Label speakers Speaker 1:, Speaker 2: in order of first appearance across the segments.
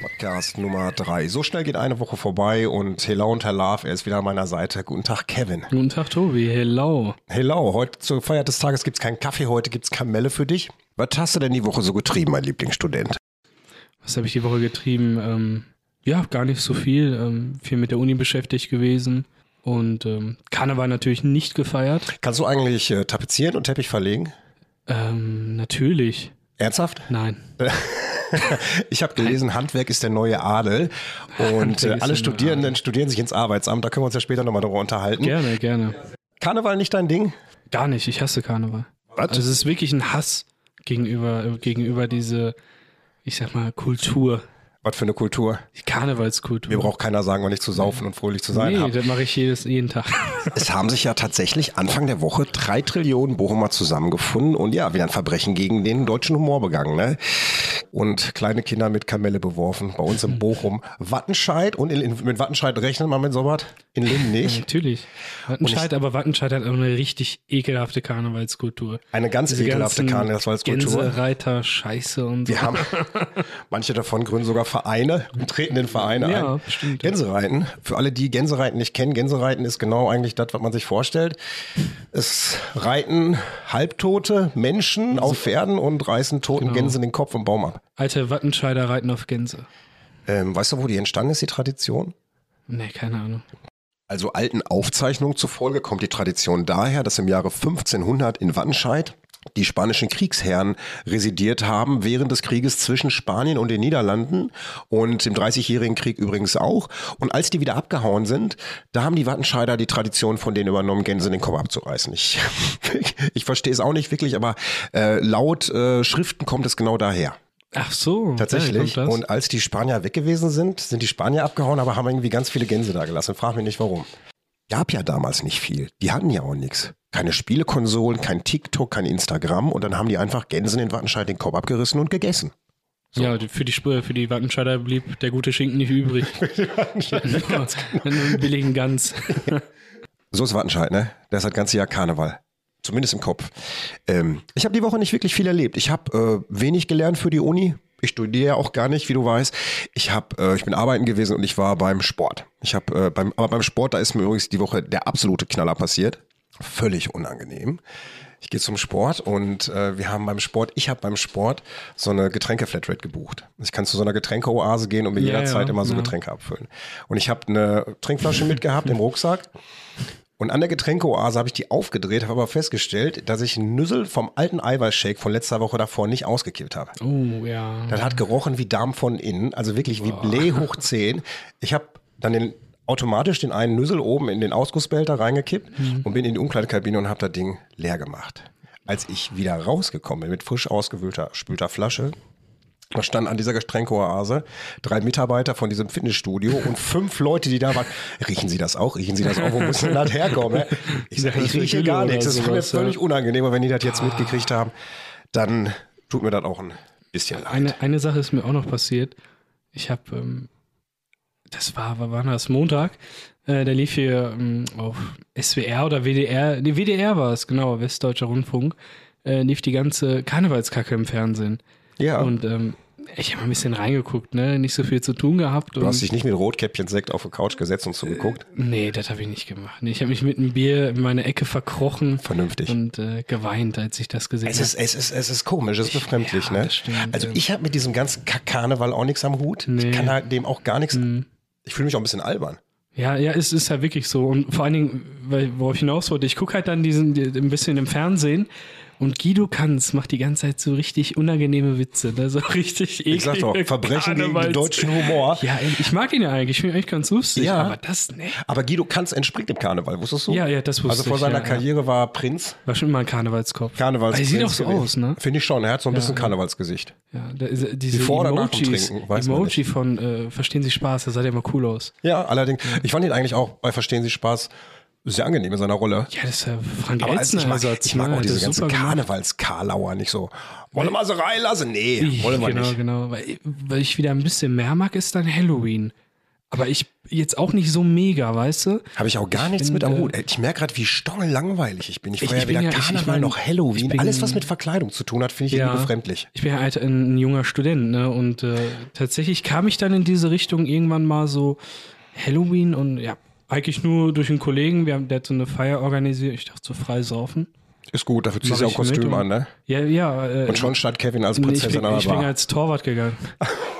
Speaker 1: Podcast Nummer 3. So schnell geht eine Woche vorbei und hello und Halaf, er ist wieder an meiner Seite. Guten Tag, Kevin.
Speaker 2: Guten Tag, Tobi. Hello.
Speaker 1: Hello, heute zur Feier des Tages gibt es keinen Kaffee, heute gibt es Kamelle für dich. Was hast du denn die Woche so getrieben, mein Lieblingsstudent?
Speaker 2: Was habe ich die Woche getrieben? Ähm, ja, gar nicht so viel. Ähm, viel mit der Uni beschäftigt gewesen. Und ähm, Karneval natürlich nicht gefeiert.
Speaker 1: Kannst du eigentlich äh, tapezieren und Teppich verlegen?
Speaker 2: Ähm, natürlich.
Speaker 1: Ernsthaft?
Speaker 2: Nein.
Speaker 1: ich habe gelesen, Handwerk ist der neue Adel. Und
Speaker 2: Handwerk
Speaker 1: äh,
Speaker 2: ist der
Speaker 1: alle
Speaker 2: neue
Speaker 1: Studierenden studieren sich ins Arbeitsamt. Da können wir uns ja später nochmal darüber unterhalten.
Speaker 2: Gerne, gerne.
Speaker 1: Karneval nicht dein Ding?
Speaker 2: Gar nicht. Ich hasse Karneval.
Speaker 1: Was?
Speaker 2: Also es ist wirklich ein Hass gegenüber, äh, gegenüber diese, ich sag mal, Kultur.
Speaker 1: Was für eine Kultur.
Speaker 2: Die Karnevalskultur.
Speaker 1: Mir braucht keiner sagen, wann ich zu saufen und fröhlich zu sein
Speaker 2: nee,
Speaker 1: habe.
Speaker 2: das mache ich jedes, jeden Tag.
Speaker 1: Es haben sich ja tatsächlich Anfang der Woche drei Trillionen Bochumer zusammengefunden und ja, wieder ein Verbrechen gegen den deutschen Humor begangen. Ne? Und kleine Kinder mit Kamelle beworfen, bei uns
Speaker 2: Hm.
Speaker 1: in Bochum. Wattenscheid und in, in, mit Wattenscheid rechnet man mit sowas, in Linden nicht.
Speaker 2: Natürlich. Wattenscheid, aber Wattenscheid hat auch eine richtig ekelhafte Karnevalskultur.
Speaker 1: Eine ganz
Speaker 2: Diese
Speaker 1: ekelhafte
Speaker 2: ganzen
Speaker 1: Karnevalskultur.
Speaker 2: Gänsereiter, Scheiße und so.
Speaker 1: Wir haben, manche davon gründen sogar Vereine, und treten in Vereine
Speaker 2: Ja,
Speaker 1: ein.
Speaker 2: stimmt, ja.
Speaker 1: Gänsereiten, für alle, die Gänsereiten nicht kennen, Gänsereiten ist genau eigentlich das, was man sich vorstellt. Es reiten halbtote Menschen auf Pferden und reißen
Speaker 2: Genau.
Speaker 1: toten Gänsen den Kopf vom Baum ab.
Speaker 2: Alte Wattenscheider reiten auf Gänse.
Speaker 1: Ähm, weißt du, wo die entstanden ist, die Tradition?
Speaker 2: Nee, keine Ahnung.
Speaker 1: Also alten Aufzeichnungen zufolge kommt die Tradition daher, dass im Jahre 1500 in Wattenscheid die spanischen Kriegsherren residiert haben während des Krieges zwischen Spanien und den Niederlanden und im Dreißigjährigen Krieg übrigens auch. Und als die wieder abgehauen sind, da haben die Wattenscheider die Tradition von denen übernommen, Gänse den Kopf abzureißen. Ich, ich verstehe es auch nicht wirklich, aber äh, laut äh, Schriften kommt es genau daher.
Speaker 2: Ach so. daher
Speaker 1: Tatsächlich.
Speaker 2: kommt das.
Speaker 1: Und als die Spanier weg gewesen sind, sind die Spanier abgehauen, aber haben irgendwie ganz viele Gänse da gelassen. Frag mich nicht warum. Gab ja damals nicht viel. Die hatten ja auch nichts. Keine Spielekonsolen, kein TikTok, kein Instagram. Und dann haben die einfach Gänsen in Wattenscheid den Kopf abgerissen und gegessen.
Speaker 2: Ja, die- für die, Spur- für die Wattenscheider blieb der gute Schinken nicht übrig. Nur einen billigen Gans.
Speaker 1: So ist Wattenscheid, ne? Das ist das ganze Jahr Karneval. Zumindest im Kopf. Ähm, ich habe die Woche nicht wirklich viel erlebt. Ich habe äh, wenig gelernt für die Uni. Ich studiere ja auch gar nicht, wie du weißt. Ich hab, äh, ich bin arbeiten gewesen und ich war beim Sport. Ich hab, äh, beim, aber beim Sport, da ist mir übrigens die Woche der absolute Knaller passiert. Völlig unangenehm. Ich gehe zum Sport und äh, wir haben beim Sport, ich habe beim Sport so eine Getränke-Flatrate gebucht. Ich kann zu so einer Getränkeoase gehen und mir
Speaker 2: Ja,
Speaker 1: jederzeit
Speaker 2: ja,
Speaker 1: immer so
Speaker 2: ja.
Speaker 1: Getränke abfüllen. Und ich habe eine Trinkflasche mitgehabt im Rucksack und an der Getränkeoase habe ich die aufgedreht, habe aber festgestellt, dass ich einen Nüssel vom alten Eiweißshake von letzter Woche davor nicht ausgekippt habe.
Speaker 2: Oh, ja.
Speaker 1: Das hat gerochen wie Darm von innen, also wirklich wie Blee hoch 10. Ich habe dann den, automatisch den einen Nüssel oben in den Ausgussbehälter reingekippt
Speaker 2: Mhm.
Speaker 1: und bin in die Umkleidekabine und habe das Ding leer gemacht. Als ich wieder rausgekommen bin mit frisch ausgewühlter, spülter Flasche, da standen an dieser Getränkeoase drei Mitarbeiter von diesem Fitnessstudio und fünf Leute, die da waren. Riechen Sie das auch? Riechen Sie das auch? Wo muss denn das herkommen? hä? Ich, sag,
Speaker 2: Ja,
Speaker 1: ich
Speaker 2: das
Speaker 1: rieche
Speaker 2: ist
Speaker 1: gar
Speaker 2: Gülle
Speaker 1: nichts.
Speaker 2: oder
Speaker 1: Das war mir
Speaker 2: sowas, ja. Ah.
Speaker 1: völlig unangenehm. Aber wenn die das jetzt mitgekriegt haben, dann tut mir das auch ein bisschen leid.
Speaker 2: Eine, eine Sache ist mir auch noch passiert. Ich habe, ähm, das war, war, war das Montag, äh, da lief hier ähm, auf SWR oder WDR, nee, WDR war es, genau, Westdeutscher Rundfunk, äh, lief die ganze Karnevalskacke im Fernsehen.
Speaker 1: Ja.
Speaker 2: Und ähm, ich habe ein bisschen reingeguckt, ne, nicht so viel zu tun gehabt.
Speaker 1: Du
Speaker 2: und,
Speaker 1: hast dich nicht mit Rotkäppchen-Sekt auf die Couch gesetzt und zugeguckt.
Speaker 2: Nee, das habe ich nicht gemacht. Nee, Ich habe mich mit einem Bier in meine Ecke verkrochen
Speaker 1: Vernünftig.
Speaker 2: und äh, geweint, als ich das gesehen
Speaker 1: Es ist,
Speaker 2: habe.
Speaker 1: es, ist, es ist komisch, es ist befremdlich,
Speaker 2: ja,
Speaker 1: ne?
Speaker 2: das stimmt,
Speaker 1: also
Speaker 2: ja.
Speaker 1: ich habe mit diesem ganzen Kack Karneval auch nichts am Hut.
Speaker 2: Nee. Mhm.
Speaker 1: Ich kann halt dem auch gar nichts. Ich fühle mich auch ein bisschen albern.
Speaker 2: Ja, ja, es ist ja wirklich so. Und vor allen Dingen, weil, worauf ich hinaus wollte, ich gucke halt dann diesen, die- ein bisschen im Fernsehen und Guido Kanz macht die ganze Zeit so richtig unangenehme Witze. Ne? So richtig eklige
Speaker 1: Ich sag doch, Verbrechen gegen den
Speaker 2: Karnevals-
Speaker 1: deutschen Humor.
Speaker 2: Ja, ich mag ihn ja eigentlich, ich finde ihn eigentlich ganz lustig,
Speaker 1: Ja.
Speaker 2: aber das, ne,
Speaker 1: Aber Guido Kanz entspringt dem Karneval, wusstest du?
Speaker 2: Ja, ja, das wusste
Speaker 1: Also vor
Speaker 2: ich,
Speaker 1: seiner
Speaker 2: ja, ja.
Speaker 1: Karriere war Prinz,
Speaker 2: war schon immer ein Karnevalskopf.
Speaker 1: Karnevalsprinz.
Speaker 2: Aber er sieht auch so
Speaker 1: gewesen.
Speaker 2: aus, ne?
Speaker 1: Finde ich schon, er hat so ein bisschen Karnevalsgesicht.
Speaker 2: Ja, da, ist- diese
Speaker 1: vor oder nach dem
Speaker 2: Emojis,
Speaker 1: Trinken, weiß man
Speaker 2: Emoji von äh, Verstehen Sie Spaß, da sah der immer cool aus.
Speaker 1: Ja, allerdings, ich fand ihn eigentlich auch bei Verstehen Sie Spaß sehr angenehm in seiner Rolle.
Speaker 2: Ja, das ist ja Frank
Speaker 1: Aber als ich mag,
Speaker 2: Elsner-Ersatz.
Speaker 1: ich mag
Speaker 2: ne?
Speaker 1: auch
Speaker 2: Hat
Speaker 1: diese
Speaker 2: das
Speaker 1: ganzen
Speaker 2: super gemacht.
Speaker 1: Karnevals-Karlauer nicht so. Wollen wir mal so reinlassen? Nee, wollen wir
Speaker 2: genau,
Speaker 1: nicht.
Speaker 2: Genau, weil, weil ich wieder ein bisschen mehr mag, ist dann Halloween. Aber ich jetzt auch nicht so mega, weißt du?
Speaker 1: Habe ich auch gar
Speaker 2: Ich
Speaker 1: nichts
Speaker 2: bin,
Speaker 1: mit am
Speaker 2: äh,
Speaker 1: Hut. Ey, Ich merke gerade, wie stongelangweilig ich bin. Ich
Speaker 2: Ich-
Speaker 1: feiere
Speaker 2: ich bin
Speaker 1: weder
Speaker 2: ja- ich- ich
Speaker 1: Karneval
Speaker 2: mein,
Speaker 1: noch
Speaker 2: ich
Speaker 1: Halloween.
Speaker 2: bin-
Speaker 1: Alles, was mit Verkleidung zu tun hat, finde ich
Speaker 2: Ja.
Speaker 1: irgendwie befremdlich.
Speaker 2: Ich bin ja halt ein, ein junger Student, ne? Und äh, tatsächlich kam ich dann in diese Richtung irgendwann mal so Halloween und ja, eigentlich nur durch einen Kollegen, wir haben, der hat so eine Feier organisiert, ich dachte so frei saufen.
Speaker 1: Ist gut, dafür ziehst
Speaker 2: Mach
Speaker 1: du ja auch
Speaker 2: ich
Speaker 1: Kostüm
Speaker 2: mit und-
Speaker 1: an, ne?
Speaker 2: Ja, ja. Äh,
Speaker 1: Und schon stand Kevin als
Speaker 2: nee, ich
Speaker 1: Prinzessin
Speaker 2: bin,
Speaker 1: an
Speaker 2: ich
Speaker 1: der
Speaker 2: bin
Speaker 1: Bar.
Speaker 2: als Torwart gegangen.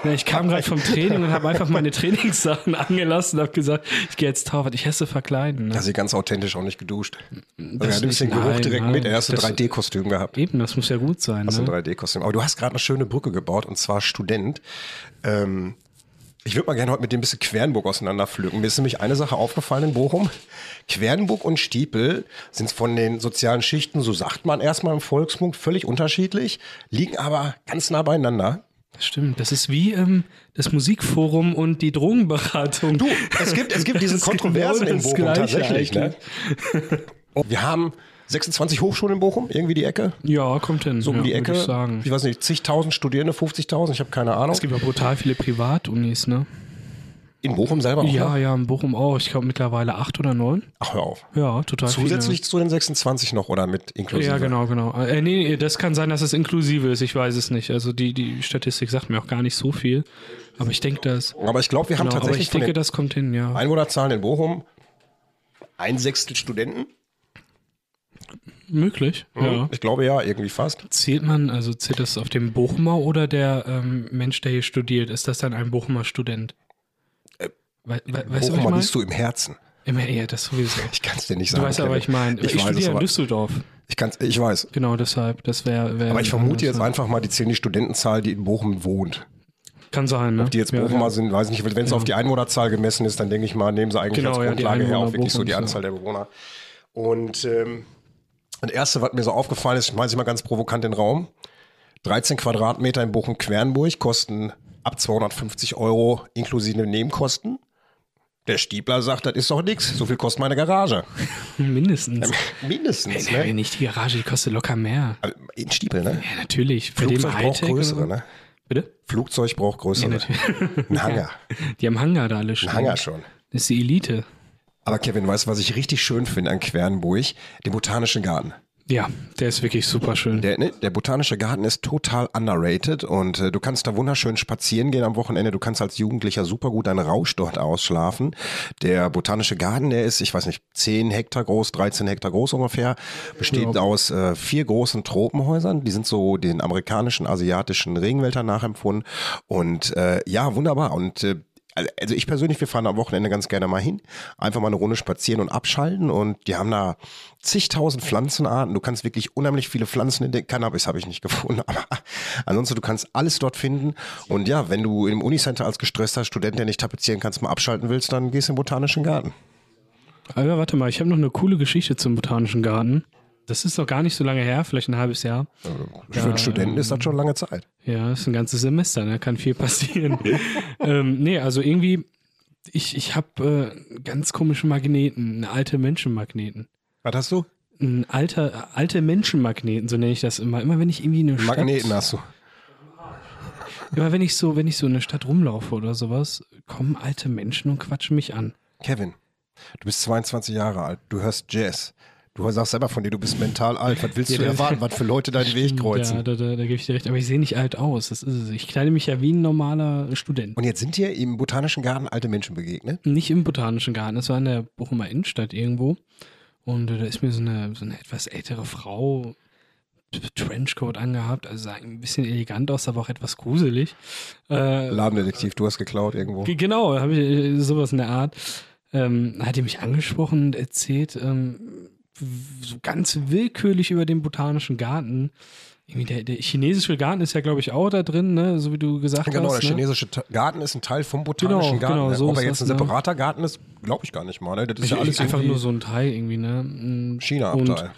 Speaker 2: Ja, Ich kam gerade vom Training und habe einfach meine Trainingssachen angelassen und habe gesagt, ich gehe jetzt Torwart, ich hasse verkleiden. Ne?
Speaker 1: Da sie ganz authentisch auch nicht geduscht. Also er
Speaker 2: Das
Speaker 1: hat ein
Speaker 2: nicht,
Speaker 1: bisschen Geruch
Speaker 2: nein,
Speaker 1: direkt
Speaker 2: nein.
Speaker 1: mit. Er hat so
Speaker 2: Das-
Speaker 1: 3D-Kostüm gehabt.
Speaker 2: Eben, das muss ja gut sein.
Speaker 1: So ein
Speaker 2: Ne?
Speaker 1: 3D-Kostüm. Aber du hast gerade eine schöne Brücke gebaut und zwar Student. Ähm, ich würde mal gerne heute mit dir ein bisschen Quernburg auseinanderpflücken. Mir ist nämlich eine Sache aufgefallen in Bochum. Quernburg und Stiepel sind von den sozialen Schichten, so sagt man erstmal im Volksmund, völlig unterschiedlich, liegen aber ganz nah beieinander.
Speaker 2: Das stimmt. Das ist wie ähm, das Musikforum und die Drogenberatung.
Speaker 1: Du, es gibt, es gibt diese
Speaker 2: Das ist genau
Speaker 1: Kontroversen in
Speaker 2: das
Speaker 1: Bochum
Speaker 2: Gleiche
Speaker 1: tatsächlich. Ne? Und wir haben 26 Hochschulen in Bochum, irgendwie die Ecke.
Speaker 2: Ja, kommt hin.
Speaker 1: So um
Speaker 2: ja,
Speaker 1: die Ecke.
Speaker 2: Würde ich sagen.
Speaker 1: Ich weiß nicht, zigtausend Studierende, 50.000, ich habe keine Ahnung.
Speaker 2: Es gibt ja brutal viele Privatunis, ne?
Speaker 1: In Bochum selber auch. ne?
Speaker 2: Ja,
Speaker 1: noch?
Speaker 2: ja, in Bochum auch. Ich glaube mittlerweile acht oder neun.
Speaker 1: Ach, hör auf.
Speaker 2: Ja, total
Speaker 1: Zusätzlich zu den 26 noch oder mit inklusive?
Speaker 2: viele. Ja, genau, genau. Äh, nee, nee, das kann sein, dass es inklusive ist. Ich weiß es nicht. Also die, die Statistik sagt mir auch gar nicht so viel. Aber ich denke, das.
Speaker 1: Aber ich glaube, wir haben
Speaker 2: Genau, aber
Speaker 1: tatsächlich
Speaker 2: ich
Speaker 1: von
Speaker 2: denke,
Speaker 1: den
Speaker 2: das kommt hin, ja.
Speaker 1: Einwohnerzahlen in Bochum ein Sechstel Studenten.
Speaker 2: Möglich.
Speaker 1: Mhm.
Speaker 2: Ja.
Speaker 1: Ich glaube ja, irgendwie fast.
Speaker 2: Zählt man, also zählt das auf dem Bochumer oder der ähm, Mensch, der hier studiert? Ist das dann ein Bochumer Student? We we weißt du,
Speaker 1: Äh, Bochumer
Speaker 2: was ich
Speaker 1: bist du im Herzen.
Speaker 2: meine? Immer eher, das sowieso.
Speaker 1: Ich kann es dir nicht
Speaker 2: Du
Speaker 1: sagen.
Speaker 2: weißt aber,
Speaker 1: Kevin.
Speaker 2: ich meine, ich,
Speaker 1: Ich, weiß es
Speaker 2: studiere in
Speaker 1: aber.
Speaker 2: Düsseldorf.
Speaker 1: Ich, kann's, ich weiß.
Speaker 2: Genau deshalb, das wäre. Wär
Speaker 1: Aber ich vermute jetzt einfach mal, die zählen die Studentenzahl, die in Bochum wohnt.
Speaker 2: Kann sein, ne?
Speaker 1: Die jetzt Bochumer sind, weiß nicht, wenn es auf die Einwohnerzahl gemessen ist, dann denke ich mal, nehmen sie eigentlich
Speaker 2: Genau,
Speaker 1: als
Speaker 2: ja, die
Speaker 1: Grundlage her auch
Speaker 2: Einwohner
Speaker 1: wirklich so die
Speaker 2: Bochums,
Speaker 1: Anzahl der Bewohner. Und ähm, das Erste, was mir so aufgefallen ist, ich meine es mal ganz provokant in den Raum, 13 Quadratmeter in Bochum-Quernburg kosten ab 250 Euro inklusive Nebenkosten. Der Stiebler sagt, das ist doch nichts, so viel kostet meine Garage.
Speaker 2: Mindestens.
Speaker 1: Mindestens,
Speaker 2: Ey,
Speaker 1: ne?
Speaker 2: nicht die Garage, die kostet locker mehr.
Speaker 1: Aber In Stiebel, ne?
Speaker 2: Ja, natürlich. Bei
Speaker 1: Flugzeug braucht
Speaker 2: Hightech-
Speaker 1: größere, ne?
Speaker 2: Bitte?
Speaker 1: Flugzeug braucht größere. Ein Hangar,
Speaker 2: Die haben Hangar da alle stehen.
Speaker 1: ein Hangar schon.
Speaker 2: Das ist die Elite.
Speaker 1: Aber Kevin, weißt du, was ich richtig schön finde an Quernburg? Den Botanischen Garten.
Speaker 2: Ja, der ist wirklich super schön.
Speaker 1: Der, ne, der Botanische Garten ist total underrated und äh, du kannst da wunderschön spazieren gehen am Wochenende. Du kannst als Jugendlicher super gut deinen Rausch dort ausschlafen. Der Botanische Garten, der ist, ich weiß nicht, 10 Hektar groß, 13 Hektar groß ungefähr, besteht aus äh, vier großen Tropenhäusern. Die sind so den amerikanischen, asiatischen Regenwäldern nachempfunden. Und äh, ja, wunderbar. Und äh, also- also ich persönlich, wir fahren am Wochenende ganz gerne mal hin, einfach mal eine Runde spazieren und abschalten und die haben da zigtausend Pflanzenarten. Du kannst wirklich unheimlich viele Pflanzen entdecken. Cannabis habe ich nicht gefunden, aber ansonsten, du kannst alles dort finden. Und ja, wenn du im Unicenter als gestresster Student, der nicht tapezieren kannst, mal abschalten willst, dann gehst du in den Botanischen Garten.
Speaker 2: Aber warte mal, ich habe noch eine coole Geschichte zum Botanischen Garten. Das ist noch gar nicht so lange her, vielleicht ein halbes Jahr.
Speaker 1: Für einen Studenten ist das schon lange Zeit.
Speaker 2: Ja, ist ein ganzes Semester, da kann viel passieren. ähm, nee, also irgendwie, ich, ich habe äh, ganz komische Magneten, alte Menschenmagneten.
Speaker 1: Was hast du?
Speaker 2: Ein alter, äh, alte Menschenmagneten, so nenne ich das immer. Immer wenn ich irgendwie eine Stadt,
Speaker 1: Magneten hast du.
Speaker 2: immer wenn ich so, wenn ich so in eine Stadt rumlaufe oder sowas, kommen alte Menschen und quatschen mich an.
Speaker 1: Kevin, du bist 22 Jahre alt, du hörst Jazz. Du sagst selber von dir, du bist mental alt. Was willst
Speaker 2: Ja,
Speaker 1: du
Speaker 2: das-
Speaker 1: erwarten? Was für Leute deinen Weg kreuzen?
Speaker 2: Ja, da, da, da gebe ich dir recht. Aber ich sehe nicht alt aus. Das ist es. Ich kleide mich ja wie ein normaler Student.
Speaker 1: Und jetzt sind hier im Botanischen Garten alte Menschen begegnet.
Speaker 2: Nicht im Botanischen Garten, das war in der Bochumer Innenstadt irgendwo. Und äh, da ist mir so eine, so eine etwas ältere Frau t- Trenchcoat angehabt, also sah ein bisschen elegant aus, aber auch etwas gruselig. Äh,
Speaker 1: Ladendetektiv, du hast geklaut irgendwo.
Speaker 2: Ge- Genau, habe ich äh, sowas in der Art. Ähm, hat die mich angesprochen und erzählt, ähm, w- so ganz willkürlich über den botanischen Garten. Irgendwie der, der chinesische Garten ist ja, glaube ich, auch da drin, ne? so wie du gesagt
Speaker 1: Genau, der
Speaker 2: hast. ne?
Speaker 1: chinesische Ta- Garten ist ein Teil vom Botanischen
Speaker 2: Genau,
Speaker 1: Garten.
Speaker 2: genau,
Speaker 1: ne?
Speaker 2: so
Speaker 1: Ob er
Speaker 2: ist
Speaker 1: jetzt ein
Speaker 2: das, ne?
Speaker 1: separater Garten ist, glaube ich gar nicht mal. Ne? Das ist
Speaker 2: Ich,
Speaker 1: ja alles
Speaker 2: ich, einfach
Speaker 1: irgendwie
Speaker 2: nur so ein Teil irgendwie, ne? Mm, Und
Speaker 1: China-Abteil.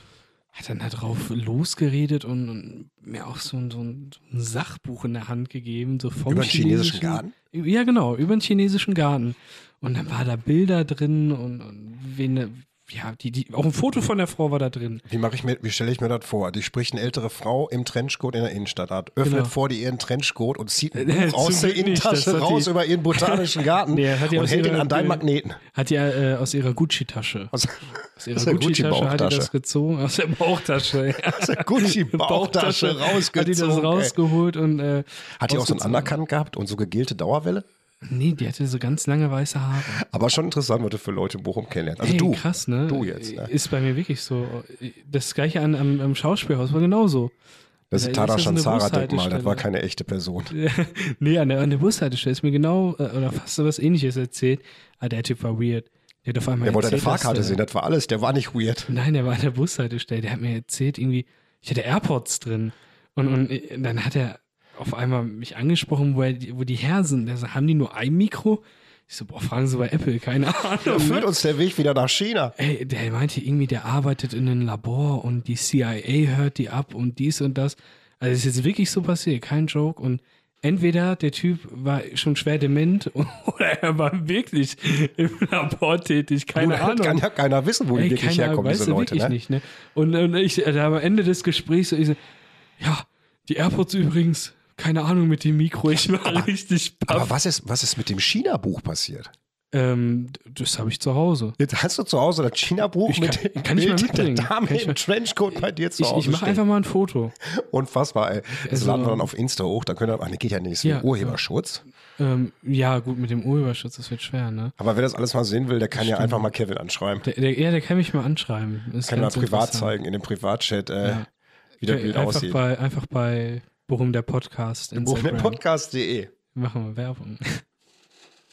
Speaker 2: hat dann da drauf losgeredet und, und mir auch so ein, so, ein, so ein Sachbuch in der Hand gegeben, so vom
Speaker 1: Über den chinesischen Garten?
Speaker 2: Ja, genau, über den chinesischen Garten. Und dann war da Bilder drin und, und wen, ja, die, die, auch ein Foto von der Frau war da drin.
Speaker 1: Wie mache ich mir, wie stelle ich mir das vor? Die spricht eine ältere Frau im Trenchcoat in der Innenstadt an, öffnet
Speaker 2: Genau.
Speaker 1: vor die ihren Trenchcoat und zieht ein
Speaker 2: Äh,
Speaker 1: Buch aus
Speaker 2: zum
Speaker 1: der
Speaker 2: Glück nicht, das
Speaker 1: Innentasche
Speaker 2: hat die-
Speaker 1: raus über ihren botanischen Garten
Speaker 2: Nee, das hat die
Speaker 1: und
Speaker 2: aus
Speaker 1: hält ihn
Speaker 2: ihrer-
Speaker 1: an deinen
Speaker 2: äh,
Speaker 1: Magneten.
Speaker 2: Hat ja äh, aus ihrer Gucci-Tasche.
Speaker 1: Aus,
Speaker 2: Aus ihrer Gucci-Tasche hat die das gezogen, aus der Bauchtasche. ja.
Speaker 1: Aus der Gucci-Bauchtasche rausgezogen.
Speaker 2: Hat die das
Speaker 1: ey.
Speaker 2: rausgeholt und. Äh,
Speaker 1: Hat die auch so einen
Speaker 2: ausgezogen.
Speaker 1: Anerkannt gehabt und so gegelte Dauerwelle?
Speaker 2: Nee, die hatte so ganz lange weiße Haare.
Speaker 1: Aber schon interessant, was du für Leute in Bochum kennenlernst. Also
Speaker 2: Ey,
Speaker 1: du.
Speaker 2: Krass, ne?
Speaker 1: Du jetzt, ne?
Speaker 2: Ist bei mir wirklich so. Das gleiche an, am, am Schauspielhaus war genauso.
Speaker 1: Das ist
Speaker 2: Äh,
Speaker 1: Tada
Speaker 2: ist das eine
Speaker 1: Shansara-Denkmal, das war
Speaker 2: Bushaltestelle?
Speaker 1: keine echte Person.
Speaker 2: nee, an der, an der Bushaltestelle ist mir genau äh, oder fast so was ähnliches erzählt. Ah, der Typ war weird. Der hat auf einmal
Speaker 1: Der wollte eine
Speaker 2: erzählt, dass,
Speaker 1: Fahrkarte
Speaker 2: äh,
Speaker 1: sehen, ne? das war alles, der war nicht weird.
Speaker 2: Nein, der war an der Bushaltestelle. Der hat mir erzählt, irgendwie, ich hatte AirPods drin. Und, und äh, dann hat er auf einmal mich angesprochen, wo, er, die- wo die her sind. Der so, haben die nur ein Mikro? Ich so, boah, fragen sie bei Apple, keine
Speaker 1: Da
Speaker 2: Ahnung.
Speaker 1: führt
Speaker 2: ne?
Speaker 1: uns der Weg wieder nach China.
Speaker 2: Ey, der meinte irgendwie, der arbeitet in einem Labor und die CIA hört die ab und dies und das. Also es ist jetzt wirklich so passiert, kein Joke. Und entweder der Typ war schon schwer dement oder er war wirklich im Labor tätig, keine
Speaker 1: Nun,
Speaker 2: Ahnung.
Speaker 1: Kann ja keiner wissen, wo die
Speaker 2: Ey,
Speaker 1: wirklich
Speaker 2: keine Ahnung,
Speaker 1: herkommen,
Speaker 2: weißt
Speaker 1: diese
Speaker 2: du
Speaker 1: Leute.
Speaker 2: wirklich
Speaker 1: Ne?
Speaker 2: nicht, ne? Und, und ich, äh, da am Ende des Gesprächs, so, ich so, ja, die AirPods übrigens, keine Ahnung mit dem Mikro, ich war richtig
Speaker 1: Aber
Speaker 2: baff.
Speaker 1: was ist, was ist mit dem China-Buch passiert?
Speaker 2: Ähm, das habe ich zu Hause.
Speaker 1: Jetzt hast du zu Hause das China-Buch
Speaker 2: Ich
Speaker 1: mit
Speaker 2: kann-
Speaker 1: dem
Speaker 2: kann ich mal
Speaker 1: Bild der
Speaker 2: mitbringen.
Speaker 1: Dame
Speaker 2: Kann ich
Speaker 1: im
Speaker 2: mal-
Speaker 1: Trenchcoat bei dir zu
Speaker 2: Ich,
Speaker 1: Hause.
Speaker 2: ich mache
Speaker 1: stehen.
Speaker 2: einfach mal ein Foto.
Speaker 1: Unfassbar, ey. Das
Speaker 2: Also-
Speaker 1: laden wir dann auf Insta hoch, dann können wir, ach, ne, geht ja nicht, ist wegen
Speaker 2: Ja,
Speaker 1: Urheberschutz.
Speaker 2: Ähm, ja, gut, mit dem Urheberschutz, das wird schwer, ne?
Speaker 1: Aber wer das alles mal sehen will, der kann ja einfach mal Kevin anschreiben.
Speaker 2: Der, der, ja, der kann mich mal anschreiben. Ist
Speaker 1: Kann man
Speaker 2: ganz
Speaker 1: privat
Speaker 2: interessant.
Speaker 1: zeigen, in dem Privatchat, äh,
Speaker 2: Ja.
Speaker 1: wie das Bild
Speaker 2: einfach
Speaker 1: aussieht.
Speaker 2: Bei, einfach bei Bochum der Podcast. Instagram.
Speaker 1: Podcast.de.
Speaker 2: Machen wir Werbung.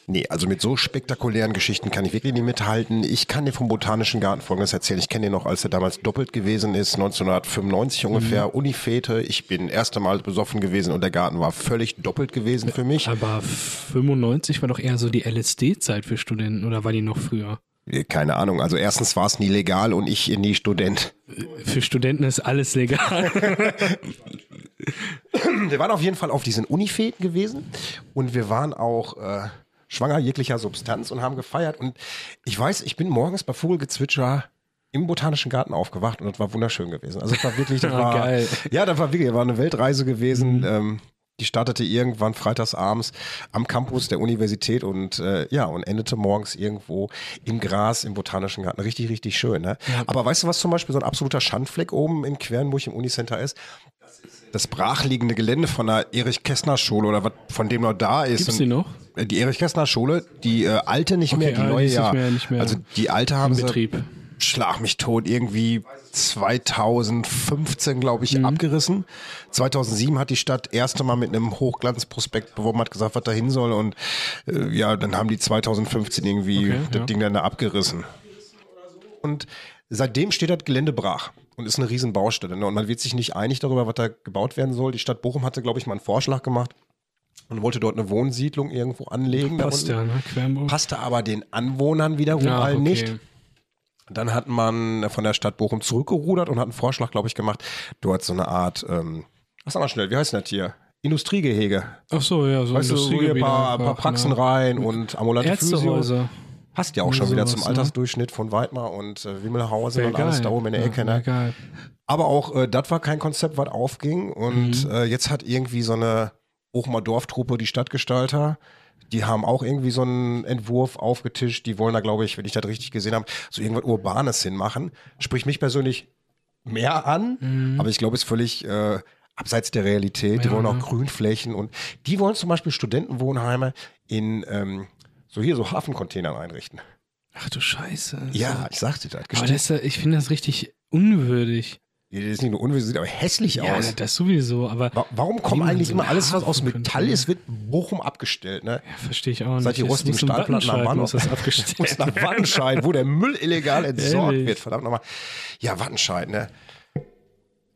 Speaker 1: Nee, also mit so spektakulären Geschichten kann ich wirklich nicht mithalten. Ich kann dir vom Botanischen Garten Folgendes erzählen. Ich kenne ihn noch, als er damals doppelt gewesen ist, 1995
Speaker 2: Mhm.
Speaker 1: ungefähr, Unifete. Ich bin erste Mal besoffen gewesen und der Garten war völlig doppelt gewesen für mich.
Speaker 2: Aber 95 war doch eher so die LSD-Zeit für Studenten oder war die noch früher?
Speaker 1: Keine Ahnung, also erstens war es nie legal und ich nie Student.
Speaker 2: Für Studenten ist alles legal.
Speaker 1: Wir waren auf jeden Fall auf diesen Unifäden gewesen und wir waren auch äh, schwanger jeglicher Substanz und haben gefeiert. Und ich weiß, ich bin morgens bei Vogelgezwitscher im Botanischen Garten aufgewacht und das war wunderschön gewesen. Also das war wirklich, das
Speaker 2: Ah,
Speaker 1: war,
Speaker 2: geil. Mhm.
Speaker 1: ja, das war wirklich, das war eine Weltreise gewesen. Ähm, die startete irgendwann freitags abends am Campus der Universität und äh, ja, und endete morgens irgendwo im Gras im Botanischen Garten. Richtig, richtig schön. Ne? Aber weißt du, was zum Beispiel so ein absoluter Schandfleck oben in Quernburg im Unicenter ist? das brachliegende Gelände von der Erich-Kästner-Schule oder was von dem noch da ist.
Speaker 2: Gibt's die noch?
Speaker 1: Äh, Die Erich-Kästner-Schule, die äh, alte nicht mehr, die
Speaker 2: ah, die
Speaker 1: neue
Speaker 2: ist nicht
Speaker 1: ja.
Speaker 2: mehr- nicht mehr
Speaker 1: also die alte haben
Speaker 2: im
Speaker 1: sie,
Speaker 2: Betrieb.
Speaker 1: schlag mich tot, irgendwie 2015, glaube ich,
Speaker 2: Mhm.
Speaker 1: abgerissen. 2007 hat die Stadt erste Mal mit einem Hochglanzprospekt beworben, hat gesagt, was da hin soll und äh, ja, dann haben die 2015 irgendwie
Speaker 2: Okay,
Speaker 1: das
Speaker 2: ja.
Speaker 1: Ding dann da abgerissen. Und seitdem steht das Gelände brach und ist eine riesen Baustelle. Ne? Und man wird sich nicht einig darüber, was da gebaut werden soll. Die Stadt Bochum hatte, glaube ich, mal einen Vorschlag gemacht und wollte dort eine Wohnsiedlung irgendwo anlegen. Da
Speaker 2: Passt
Speaker 1: unten.
Speaker 2: ja, ne? Quernburg.
Speaker 1: Passte aber den Anwohnern wiederum
Speaker 2: Ja,
Speaker 1: allen
Speaker 2: okay.
Speaker 1: nicht. Dann hat man von der Stadt Bochum zurückgerudert und hat einen Vorschlag, glaube ich, gemacht. Dort so eine Art, ähm, was sag mal schnell, wie heißt denn das hier? Industriegehege.
Speaker 2: Ach so, ja, so
Speaker 1: Weißt du, so hier ein
Speaker 2: Industriegebiete
Speaker 1: paar,
Speaker 2: einfach,
Speaker 1: paar Praxen
Speaker 2: ne?
Speaker 1: rein und ambulante Physio.
Speaker 2: Ärztehäuser.
Speaker 1: Passt ja auch schon
Speaker 2: Irgendwie
Speaker 1: wieder zum
Speaker 2: sowas, ne?
Speaker 1: Altersdurchschnitt von Weidmar und äh, Wimmelhausen
Speaker 2: Wär
Speaker 1: und alles da oben in der
Speaker 2: Ja,
Speaker 1: Ecke.
Speaker 2: wär
Speaker 1: Ne?
Speaker 2: geil.
Speaker 1: Aber auch äh, das war kein Konzept, was aufging.
Speaker 2: Mhm.
Speaker 1: Und äh, jetzt hat irgendwie so eine Bochumer Dorftruppe, die Stadtgestalter, die haben auch irgendwie so einen Entwurf aufgetischt. Die wollen da, glaube ich, wenn ich das richtig gesehen habe, so irgendwas Urbanes hinmachen. Sprich mich persönlich mehr an, aber ich glaube, es ist völlig äh, abseits der Realität. die
Speaker 2: Mhm. Ja,
Speaker 1: wollen auch
Speaker 2: ne?
Speaker 1: Grünflächen und die wollen zum Beispiel Studentenwohnheime in ähm, so hier so Hafencontainern einrichten.
Speaker 2: Ach du Scheiße. Also-
Speaker 1: Ja, ich sagte das.
Speaker 2: Aber
Speaker 1: Gestell-
Speaker 2: das, ist ja- ich finde das richtig unwürdig.
Speaker 1: Das ist nicht nur unwesentlich, sieht aber hässlich
Speaker 2: Ja,
Speaker 1: aus.
Speaker 2: das sowieso, aber
Speaker 1: Wa- Warum kommt
Speaker 2: man
Speaker 1: eigentlich
Speaker 2: so
Speaker 1: immer alles, was aus
Speaker 2: nachgucken
Speaker 1: Metall
Speaker 2: könnte.
Speaker 1: ist, wird in Bochum abgestellt? Ne?
Speaker 2: ja, verstehe ich auch nicht.
Speaker 1: Seit die
Speaker 2: Es
Speaker 1: rostigen
Speaker 2: muss ein
Speaker 1: Stahlplatten am
Speaker 2: Wattenscheid
Speaker 1: Bahnhof
Speaker 2: muss das abgestellt
Speaker 1: muss nach Wattenscheid, wo der Müll illegal entsorgt
Speaker 2: Ehrlich?
Speaker 1: wird. Verdammt nochmal. Ja, Wattenscheid, ne?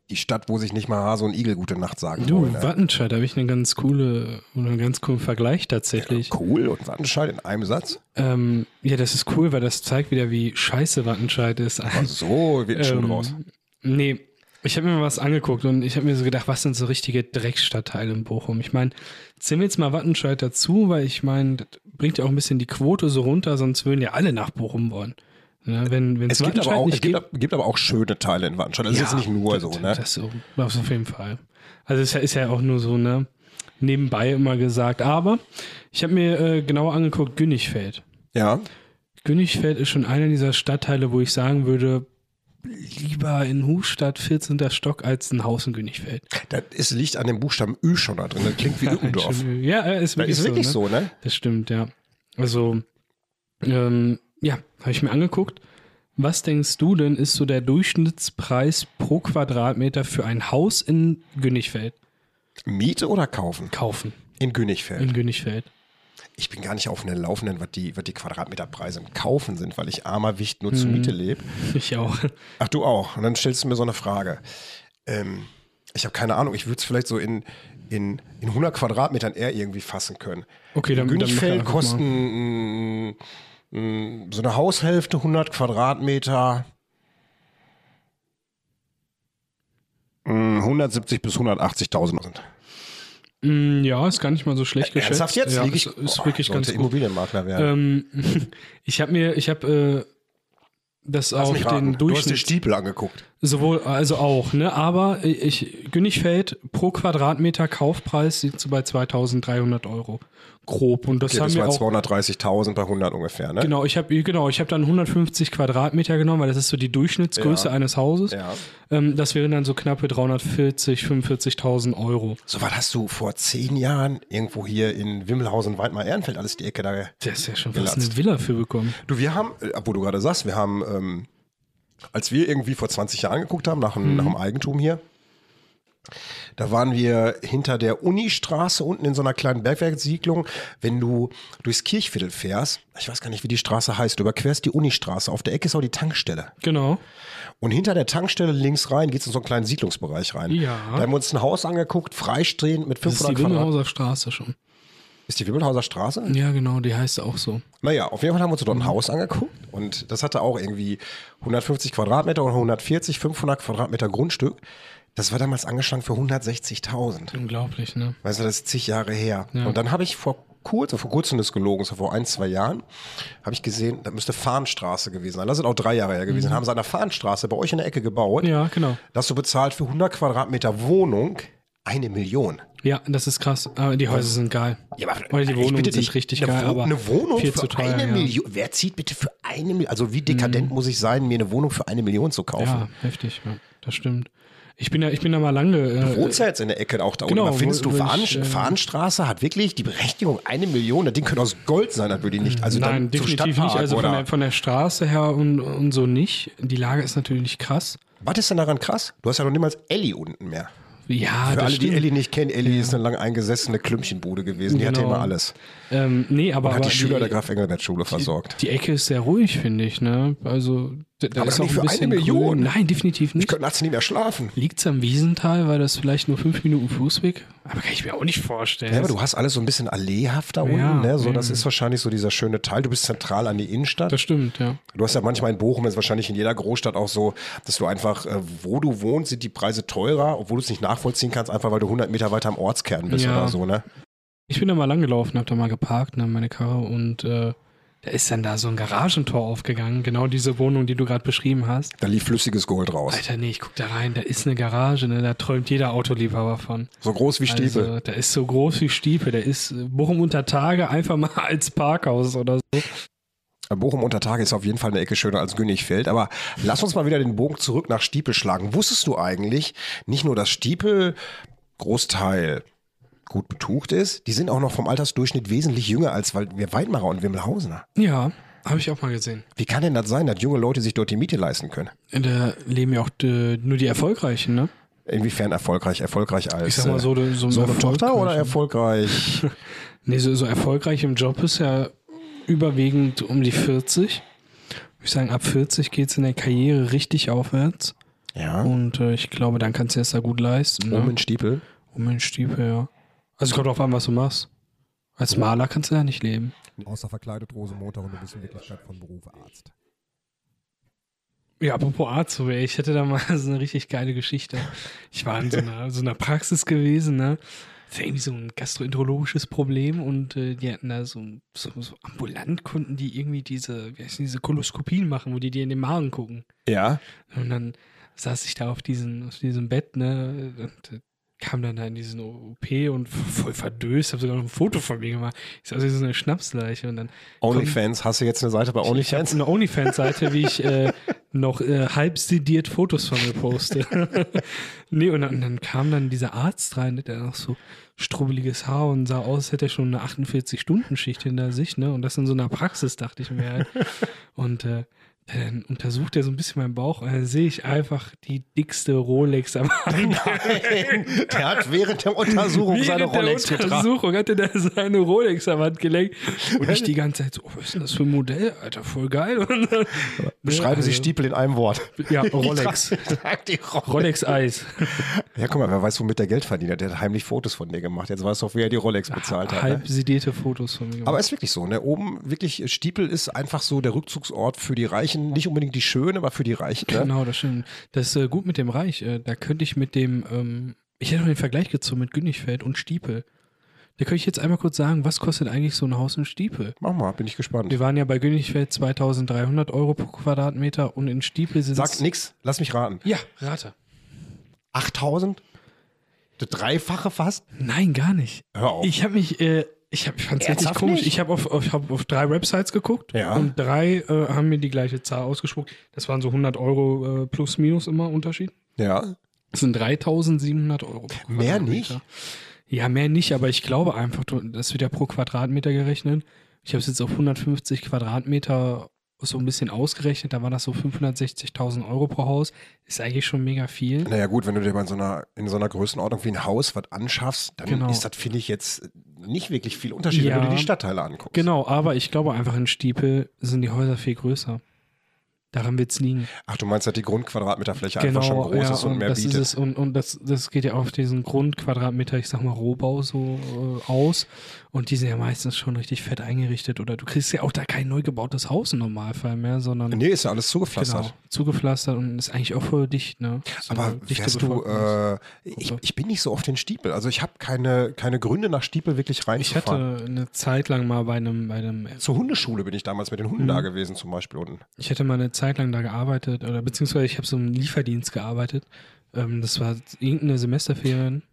Speaker 1: Die Stadt, wo sich nicht mal Hase und Igel gute Nacht sagen
Speaker 2: Du,
Speaker 1: wollen. Ne?
Speaker 2: Wattenscheid, da habe ich eine ganz coole, einen ganz coolen Vergleich tatsächlich.
Speaker 1: Cool und Wattenscheid in einem Satz.
Speaker 2: Ähm, ja, das ist cool, weil das zeigt wieder, wie scheiße Wattenscheid ist.
Speaker 1: So wird ein Schuh
Speaker 2: Ähm,
Speaker 1: draus.
Speaker 2: Nee, ich habe mir mal was angeguckt und ich habe mir so gedacht, was sind so richtige Dreckstadtteile in Bochum? Ich meine, zählen wir jetzt mal Wattenscheid dazu, weil ich meine, das bringt ja auch ein bisschen die Quote so runter, sonst würden ja alle nach Bochum wollen. Ne? Wenn, wenn
Speaker 1: Es, gibt aber,
Speaker 2: Wattenscheid
Speaker 1: auch,
Speaker 2: nicht
Speaker 1: es gibt, ab- gibt aber auch schöne Teile in Wattenscheid. Also ist jetzt nicht nur
Speaker 2: das,
Speaker 1: so, ne?
Speaker 2: Das, so- das auf jeden Fall. Also es ist ja- ist ja auch nur so, ne? Nebenbei immer gesagt. Aber ich habe mir äh, genauer angeguckt, Günnigfeld.
Speaker 1: Ja.
Speaker 2: Günnigfeld ist schon einer dieser Stadtteile, wo ich sagen würde, lieber in Hufstadt 14. Stock als ein Haus in Günnigfeld.
Speaker 1: Das ist, liegt an dem Buchstaben Ü schon da drin. Das klingt wie Ückendorf.
Speaker 2: Ja, äh, ist
Speaker 1: Das
Speaker 2: wirklich,
Speaker 1: ist wirklich
Speaker 2: so, ne?
Speaker 1: so, ne?
Speaker 2: Das stimmt, ja. Also, ähm, ja, habe ich mir angeguckt. Was denkst du denn, ist so der Durchschnittspreis pro Quadratmeter für ein Haus in Günnigfeld
Speaker 1: Miete oder kaufen?
Speaker 2: kaufen?
Speaker 1: In Günigfeld.
Speaker 2: In Günnigfeld.
Speaker 1: Ich bin gar nicht auf den Laufenden, was die, was die Quadratmeterpreise im Kaufen sind, weil ich armer Wicht nur zur
Speaker 2: Mhm.
Speaker 1: Miete lebe.
Speaker 2: Ich auch.
Speaker 1: Ach, du auch. Und dann stellst du mir so eine Frage. Ähm, ich habe keine Ahnung. Ich würde es vielleicht so in, in, in 100 Quadratmetern eher irgendwie fassen können.
Speaker 2: Okay, dann- dann mach
Speaker 1: Günigfeld
Speaker 2: einfach mal.
Speaker 1: kosten mm, mm, so eine Haushälfte 100 Quadratmeter. mm, 170 bis 180.000 sind.
Speaker 2: Mm, ja, ist gar nicht mal so schlecht geschätzt.
Speaker 1: Äh, Ernsthaft jetzt?
Speaker 2: Ja,
Speaker 1: Lieg ich,
Speaker 2: ist, ist
Speaker 1: Boah,
Speaker 2: wirklich
Speaker 1: sollte
Speaker 2: ganz gut.
Speaker 1: Immobilienmakler werden.
Speaker 2: Ähm, ich habe mir, ich habe äh, das
Speaker 1: Lass
Speaker 2: auf
Speaker 1: mich raten.
Speaker 2: den
Speaker 1: du hast den
Speaker 2: Durchschnitt
Speaker 1: Stiepel angeguckt.
Speaker 2: Sowohl, also auch, ne? Aber ich, Günnigfeld pro Quadratmeter Kaufpreis liegt so bei 2300 Euro. Grob. Und das
Speaker 1: Okay,
Speaker 2: haben
Speaker 1: das
Speaker 2: wir
Speaker 1: waren
Speaker 2: auch.
Speaker 1: 230.000 bei 100 ungefähr, ne?
Speaker 2: Genau, ich habe genau, ich hab dann 150 Quadratmeter genommen, weil das ist so die Durchschnittsgröße
Speaker 1: Ja.
Speaker 2: eines Hauses.
Speaker 1: Ja.
Speaker 2: Ähm, das wären dann so knappe 340, 45.000 Euro.
Speaker 1: So was hast du vor zehn Jahren irgendwo hier in Wimmelhausen, Weidmar, Ehrenfeld, alles die Ecke da.
Speaker 2: Das ist ja schon fast
Speaker 1: Gelatzt.
Speaker 2: eine Villa für bekommen.
Speaker 1: Du, wir haben, äh, wo du gerade sagst, wir haben, ähm, als wir irgendwie vor 20 Jahren geguckt haben, nach,
Speaker 2: Mhm.
Speaker 1: dem- nach dem Eigentum hier, da waren wir hinter der Unistraße unten in so einer kleinen Bergwerkssiedlung. Wenn du durchs Kirchviertel fährst, ich weiß gar nicht, wie die Straße heißt, du überquerst die Unistraße. Auf der Ecke ist auch die Tankstelle.
Speaker 2: Genau.
Speaker 1: Und hinter der Tankstelle links rein geht es in so einen kleinen Siedlungsbereich rein.
Speaker 2: Ja.
Speaker 1: Da haben wir uns ein Haus angeguckt, freistehend mit
Speaker 2: Das ist
Speaker 1: 500
Speaker 2: die
Speaker 1: Quadratmetern.
Speaker 2: Wimmelhauser Straße schon.
Speaker 1: Ist die Wimmelhauser Straße?
Speaker 2: Ja, Mhm. genau, die heißt auch so.
Speaker 1: Naja, auf jeden Fall haben wir uns dort ein Haus angeguckt und das hatte auch irgendwie 150 Quadratmeter oder 140, 500 Quadratmeter Grundstück. Das war damals angeschlagen für 160.000.
Speaker 2: Unglaublich, ne?
Speaker 1: Weißt du, das ist zig Jahre her. Und dann habe ich vor kurzem, vor kurzem das gelogen, so vor ein, zwei Jahren, habe ich gesehen, da müsste Fahnstraße gewesen sein. Das sind auch drei Jahre her gewesen. Haben sie an der Fahnstraße bei euch in der Ecke gebaut.
Speaker 2: Mhm. Ja, genau.
Speaker 1: dass du bezahlt für 100 Quadratmeter Wohnung eine Million.
Speaker 2: Ja, das ist krass. Aber die Häuser sind geil. Oder die
Speaker 1: ich
Speaker 2: Wohnungen
Speaker 1: bitte
Speaker 2: sind
Speaker 1: dich,
Speaker 2: richtig
Speaker 1: eine
Speaker 2: geil.
Speaker 1: Wo-
Speaker 2: aber
Speaker 1: eine Wohnung
Speaker 2: viel
Speaker 1: für
Speaker 2: zu teuer,
Speaker 1: eine
Speaker 2: ja. Mhm.
Speaker 1: Million. Wer zieht bitte für eine Million? Also wie dekadent muss ich sein, mir eine Wohnung für eine Million zu kaufen?
Speaker 2: Ja, heftig, ja. das stimmt. Ich bin da, ich bin da mal lange. Äh,
Speaker 1: Wohnst ja jetzt in der Ecke auch da
Speaker 2: genau,
Speaker 1: unten. Da findest
Speaker 2: wo-
Speaker 1: du
Speaker 2: wo
Speaker 1: Fahn,
Speaker 2: ich, äh,
Speaker 1: Fahnstraße hat wirklich die Berechtigung eine Million. Das Ding könnte aus Gold sein, das würde ich nicht. Also
Speaker 2: nein,
Speaker 1: dann zum
Speaker 2: definitiv nicht.
Speaker 1: Stadtpark
Speaker 2: Also von
Speaker 1: oder.
Speaker 2: der, von der Straße her und, und so nicht. Die Lage ist natürlich krass.
Speaker 1: Was ist denn daran krass? Du hast ja noch niemals Elli unten mehr.
Speaker 2: Ja,
Speaker 1: Für
Speaker 2: Ah, das
Speaker 1: alle, die
Speaker 2: stimmt.
Speaker 1: Elli nicht kennen, Elli ist eine lang eingesessene Klümpchenbude gewesen. Die hatte
Speaker 2: Genau.
Speaker 1: immer alles.
Speaker 2: Ähm, nee, aber,
Speaker 1: Hat
Speaker 2: aber
Speaker 1: die Schüler der
Speaker 2: die,
Speaker 1: Graf-Engelbert-Schule versorgt.
Speaker 2: die Ecke ist sehr ruhig, finde ich. Ne? Also da, da
Speaker 1: Aber
Speaker 2: ist
Speaker 1: doch
Speaker 2: auch
Speaker 1: nicht
Speaker 2: ein
Speaker 1: für eine
Speaker 2: bisschen
Speaker 1: Million.
Speaker 2: Grün. Nein, definitiv
Speaker 1: Ich
Speaker 2: nicht.
Speaker 1: könnte nachts nicht mehr schlafen.
Speaker 2: Liegt's am Wiesental, weil das vielleicht nur fünf Minuten Fußweg? Aber kann ich mir auch nicht vorstellen.
Speaker 1: Ja, aber du hast alles so ein bisschen alleehafter
Speaker 2: Ja,
Speaker 1: unten, ne? So, das
Speaker 2: eben.
Speaker 1: ist wahrscheinlich so dieser schöne Teil. Du bist zentral an die Innenstadt.
Speaker 2: das stimmt, ja.
Speaker 1: Du hast ja manchmal in Bochum, ist wahrscheinlich in jeder Großstadt auch so, dass du einfach, äh, wo du wohnst, sind die Preise teurer, obwohl du es nicht nachvollziehen kannst, einfach weil du 100 Meter weiter am Ortskern bist
Speaker 2: Ja.
Speaker 1: oder so, ne?
Speaker 2: Ich bin da mal langgelaufen, hab da mal geparkt, ne, meine Karre und äh, da ist dann da so ein Garagentor aufgegangen, genau diese Wohnung, die du gerade beschrieben hast.
Speaker 1: Da lief flüssiges Gold raus.
Speaker 2: Alter, nee, ich guck da rein, da ist eine Garage, ne, da träumt jeder Autoliebhaber von.
Speaker 1: So groß wie Stiefel.
Speaker 2: Also, da ist so groß wie Stiefel, da ist äh, Bochum unter Tage einfach mal als Parkhaus oder so.
Speaker 1: Äh, Bochum unter Tage ist auf jeden Fall eine Ecke schöner als Günnigfeld, aber lass uns mal wieder den Bogen zurück nach Stiepel schlagen. Wusstest du eigentlich, nicht nur, dass Stiepel Großteil gut betucht ist, die sind auch noch vom Altersdurchschnitt wesentlich jünger als Wald- wir Weidmarer und Wimmelhausener.
Speaker 2: Ja, habe ich auch mal gesehen.
Speaker 1: Wie kann denn das sein, dass junge Leute sich dort die Miete leisten können?
Speaker 2: Da leben ja auch äh, nur die Erfolgreichen, ne?
Speaker 1: Inwiefern erfolgreich? Erfolgreich als
Speaker 2: Ich sag mal so,
Speaker 1: äh,
Speaker 2: so, ne?
Speaker 1: Sohn und Tochter oder
Speaker 2: erfolgreich?
Speaker 1: erfolgreich?
Speaker 2: Nee, so, so erfolgreich im Job ist ja überwiegend um die 40. Ich würde sagen, ab 40 geht es in der Karriere richtig aufwärts.
Speaker 1: ja,
Speaker 2: Und äh, ich glaube, dann kannst du es da gut leisten. Ne?
Speaker 1: oben in Stiepel.
Speaker 2: Um den Stiefel, ja. Also kommt drauf an, was du machst. Als Maler kannst du ja nicht leben.
Speaker 3: Außer verkleidet Rosenmontag und du bist in Wirklichkeit von Beruf Arzt.
Speaker 2: Ja, apropos Arzt, ey, ich hätte da mal so eine richtig geile Geschichte. Ich war in so einer, so einer Praxis gewesen, ne? ist ja irgendwie so ein gastroenterologisches Problem und äh, die hatten da so, so, so ambulant Kunden, die irgendwie diese, wie heißen diese Koloskopien machen, wo die dir in den Magen gucken.
Speaker 1: Ja.
Speaker 2: Und dann saß ich da auf, diesen, auf diesem Bett, ne, und äh, kam dann da in diesen OP und voll verdöst, hab sogar noch ein Foto von mir gemacht. Ich saß wie so eine Schnapsleiche und dann
Speaker 1: OnlyFans, hast du jetzt eine Seite bei
Speaker 2: ich habe
Speaker 1: OnlyFans?
Speaker 2: eine OnlyFans-Seite, wie ich äh, noch äh, halb sediert Fotos von mir poste. nee, und dann, dann kam dann dieser Arzt rein, der noch so strubbeliges Haar und sah aus, als hätte er schon eine 48-Stunden-Schicht hinter sich, ne? Und das in so einer Praxis, dachte ich mir halt. Und äh, dann untersucht er so ein bisschen meinen Bauch und dann sehe ich einfach die dickste Rolex am Arm.
Speaker 1: Nein, der hat während der Untersuchung seine
Speaker 2: Während der
Speaker 1: Rolex getragen.
Speaker 2: Untersuchung hatte der seine Rolex am Handgelenk und ich die ganze Zeit so, oh, was ist denn das für ein Modell, Alter, voll geil. Und dann,
Speaker 1: Beschreiben
Speaker 2: also
Speaker 1: Sie Stiepel in einem Wort.
Speaker 2: Ja, Rolex.
Speaker 1: Ich trag die Rolex.
Speaker 2: Rolex Eis.
Speaker 1: Ja, guck mal, wer weiß, womit der Geld verdient hat. Der hat heimlich Fotos von dir gemacht. Jetzt weißt du auch, wer die Rolex bezahlt hat. Ne?
Speaker 2: Halb sedierte Fotos von mir.
Speaker 1: Aber ist wirklich so, ne? Oben wirklich, Stiepel ist einfach so der Rückzugsort für die Reichen. Nicht unbedingt die Schönen, aber für die Reichen. Ne?
Speaker 2: genau, das stimmt. Das ist äh, gut mit dem Reich. Äh, da könnte ich mit dem, ähm, ich hätte noch den Vergleich gezogen mit Günnigfeld und Stiepel. Da könnte ich jetzt einmal kurz sagen, was kostet eigentlich so ein Haus in Stiepel?
Speaker 1: Mach mal, bin ich gespannt.
Speaker 2: Wir waren ja bei Günnigfeld 2300 Euro pro Quadratmeter und in Stiepel sind
Speaker 1: Sag nix, lass mich raten.
Speaker 2: Ja, rate.
Speaker 1: 8000? Das Dreifache fast?
Speaker 2: Nein, gar nicht.
Speaker 1: Hör auf.
Speaker 2: Ich habe mich, äh, ich, hab, ich fand
Speaker 1: Oh.
Speaker 2: es richtig
Speaker 1: Ernsthaft
Speaker 2: komisch.
Speaker 1: nicht?
Speaker 2: Ich habe auf, auf, ich hab auf drei Websites geguckt
Speaker 1: Ja.
Speaker 2: und drei äh, haben mir die gleiche Zahl ausgespuckt. Das waren so 100 Euro äh, plus minus immer Unterschied.
Speaker 1: ja.
Speaker 2: Das sind 3700 Euro. pro
Speaker 1: Mehr
Speaker 2: Quadratmeter.
Speaker 1: nicht?
Speaker 2: Ja, mehr nicht, aber ich glaube einfach, du- das wird ja pro Quadratmeter gerechnet. Ich habe es jetzt auf 150 Quadratmeter so ein bisschen ausgerechnet. Da waren das so 560.000 Euro pro Haus. Ist eigentlich schon mega viel.
Speaker 1: Naja, gut, wenn du dir mal in so einer, in so einer Größenordnung wie ein Haus was anschaffst, dann
Speaker 2: Genau.
Speaker 1: ist das, finde ich, jetzt nicht wirklich viel Unterschied, wenn
Speaker 2: Ja.
Speaker 1: du dir die Stadtteile anguckst.
Speaker 2: Genau, aber ich glaube einfach in Stiepel sind die Häuser viel größer. Daran wird es liegen.
Speaker 1: Ach, du meinst, dass die Grundquadratmeterfläche
Speaker 2: genau,
Speaker 1: einfach schon groß
Speaker 2: ja,
Speaker 1: ist und, mehr
Speaker 2: das
Speaker 1: bietet.
Speaker 2: Ist es, und und das, das geht ja auf diesen Grundquadratmeter, ich sag mal Rohbau so äh, aus. Und die sind ja meistens schon richtig fett eingerichtet. Oder du kriegst ja auch da kein neu gebautes Haus im Normalfall mehr, sondern
Speaker 1: Nee, ist ja alles zugepflastert.
Speaker 2: genau, zugepflastert und ist eigentlich auch voll dicht. Ne? So
Speaker 1: Aber
Speaker 2: eine dichte
Speaker 1: wärst du,
Speaker 2: Bevölkerung.
Speaker 1: äh, ich, ich bin nicht so oft in Stiepel. Also ich habe keine, keine Gründe, nach Stiepel wirklich
Speaker 2: ich
Speaker 1: reinzufahren.
Speaker 2: hatte eine Zeit lang mal bei einem, bei einem
Speaker 1: Zur Hundeschule bin ich damals mit den Hunden
Speaker 2: Mhm.
Speaker 1: da gewesen zum Beispiel unten.
Speaker 2: Ich hatte mal eine Zeit lang da gearbeitet, oder beziehungsweise ich habe so im Lieferdienst gearbeitet. Ähm, das war irgendeine Semesterferien.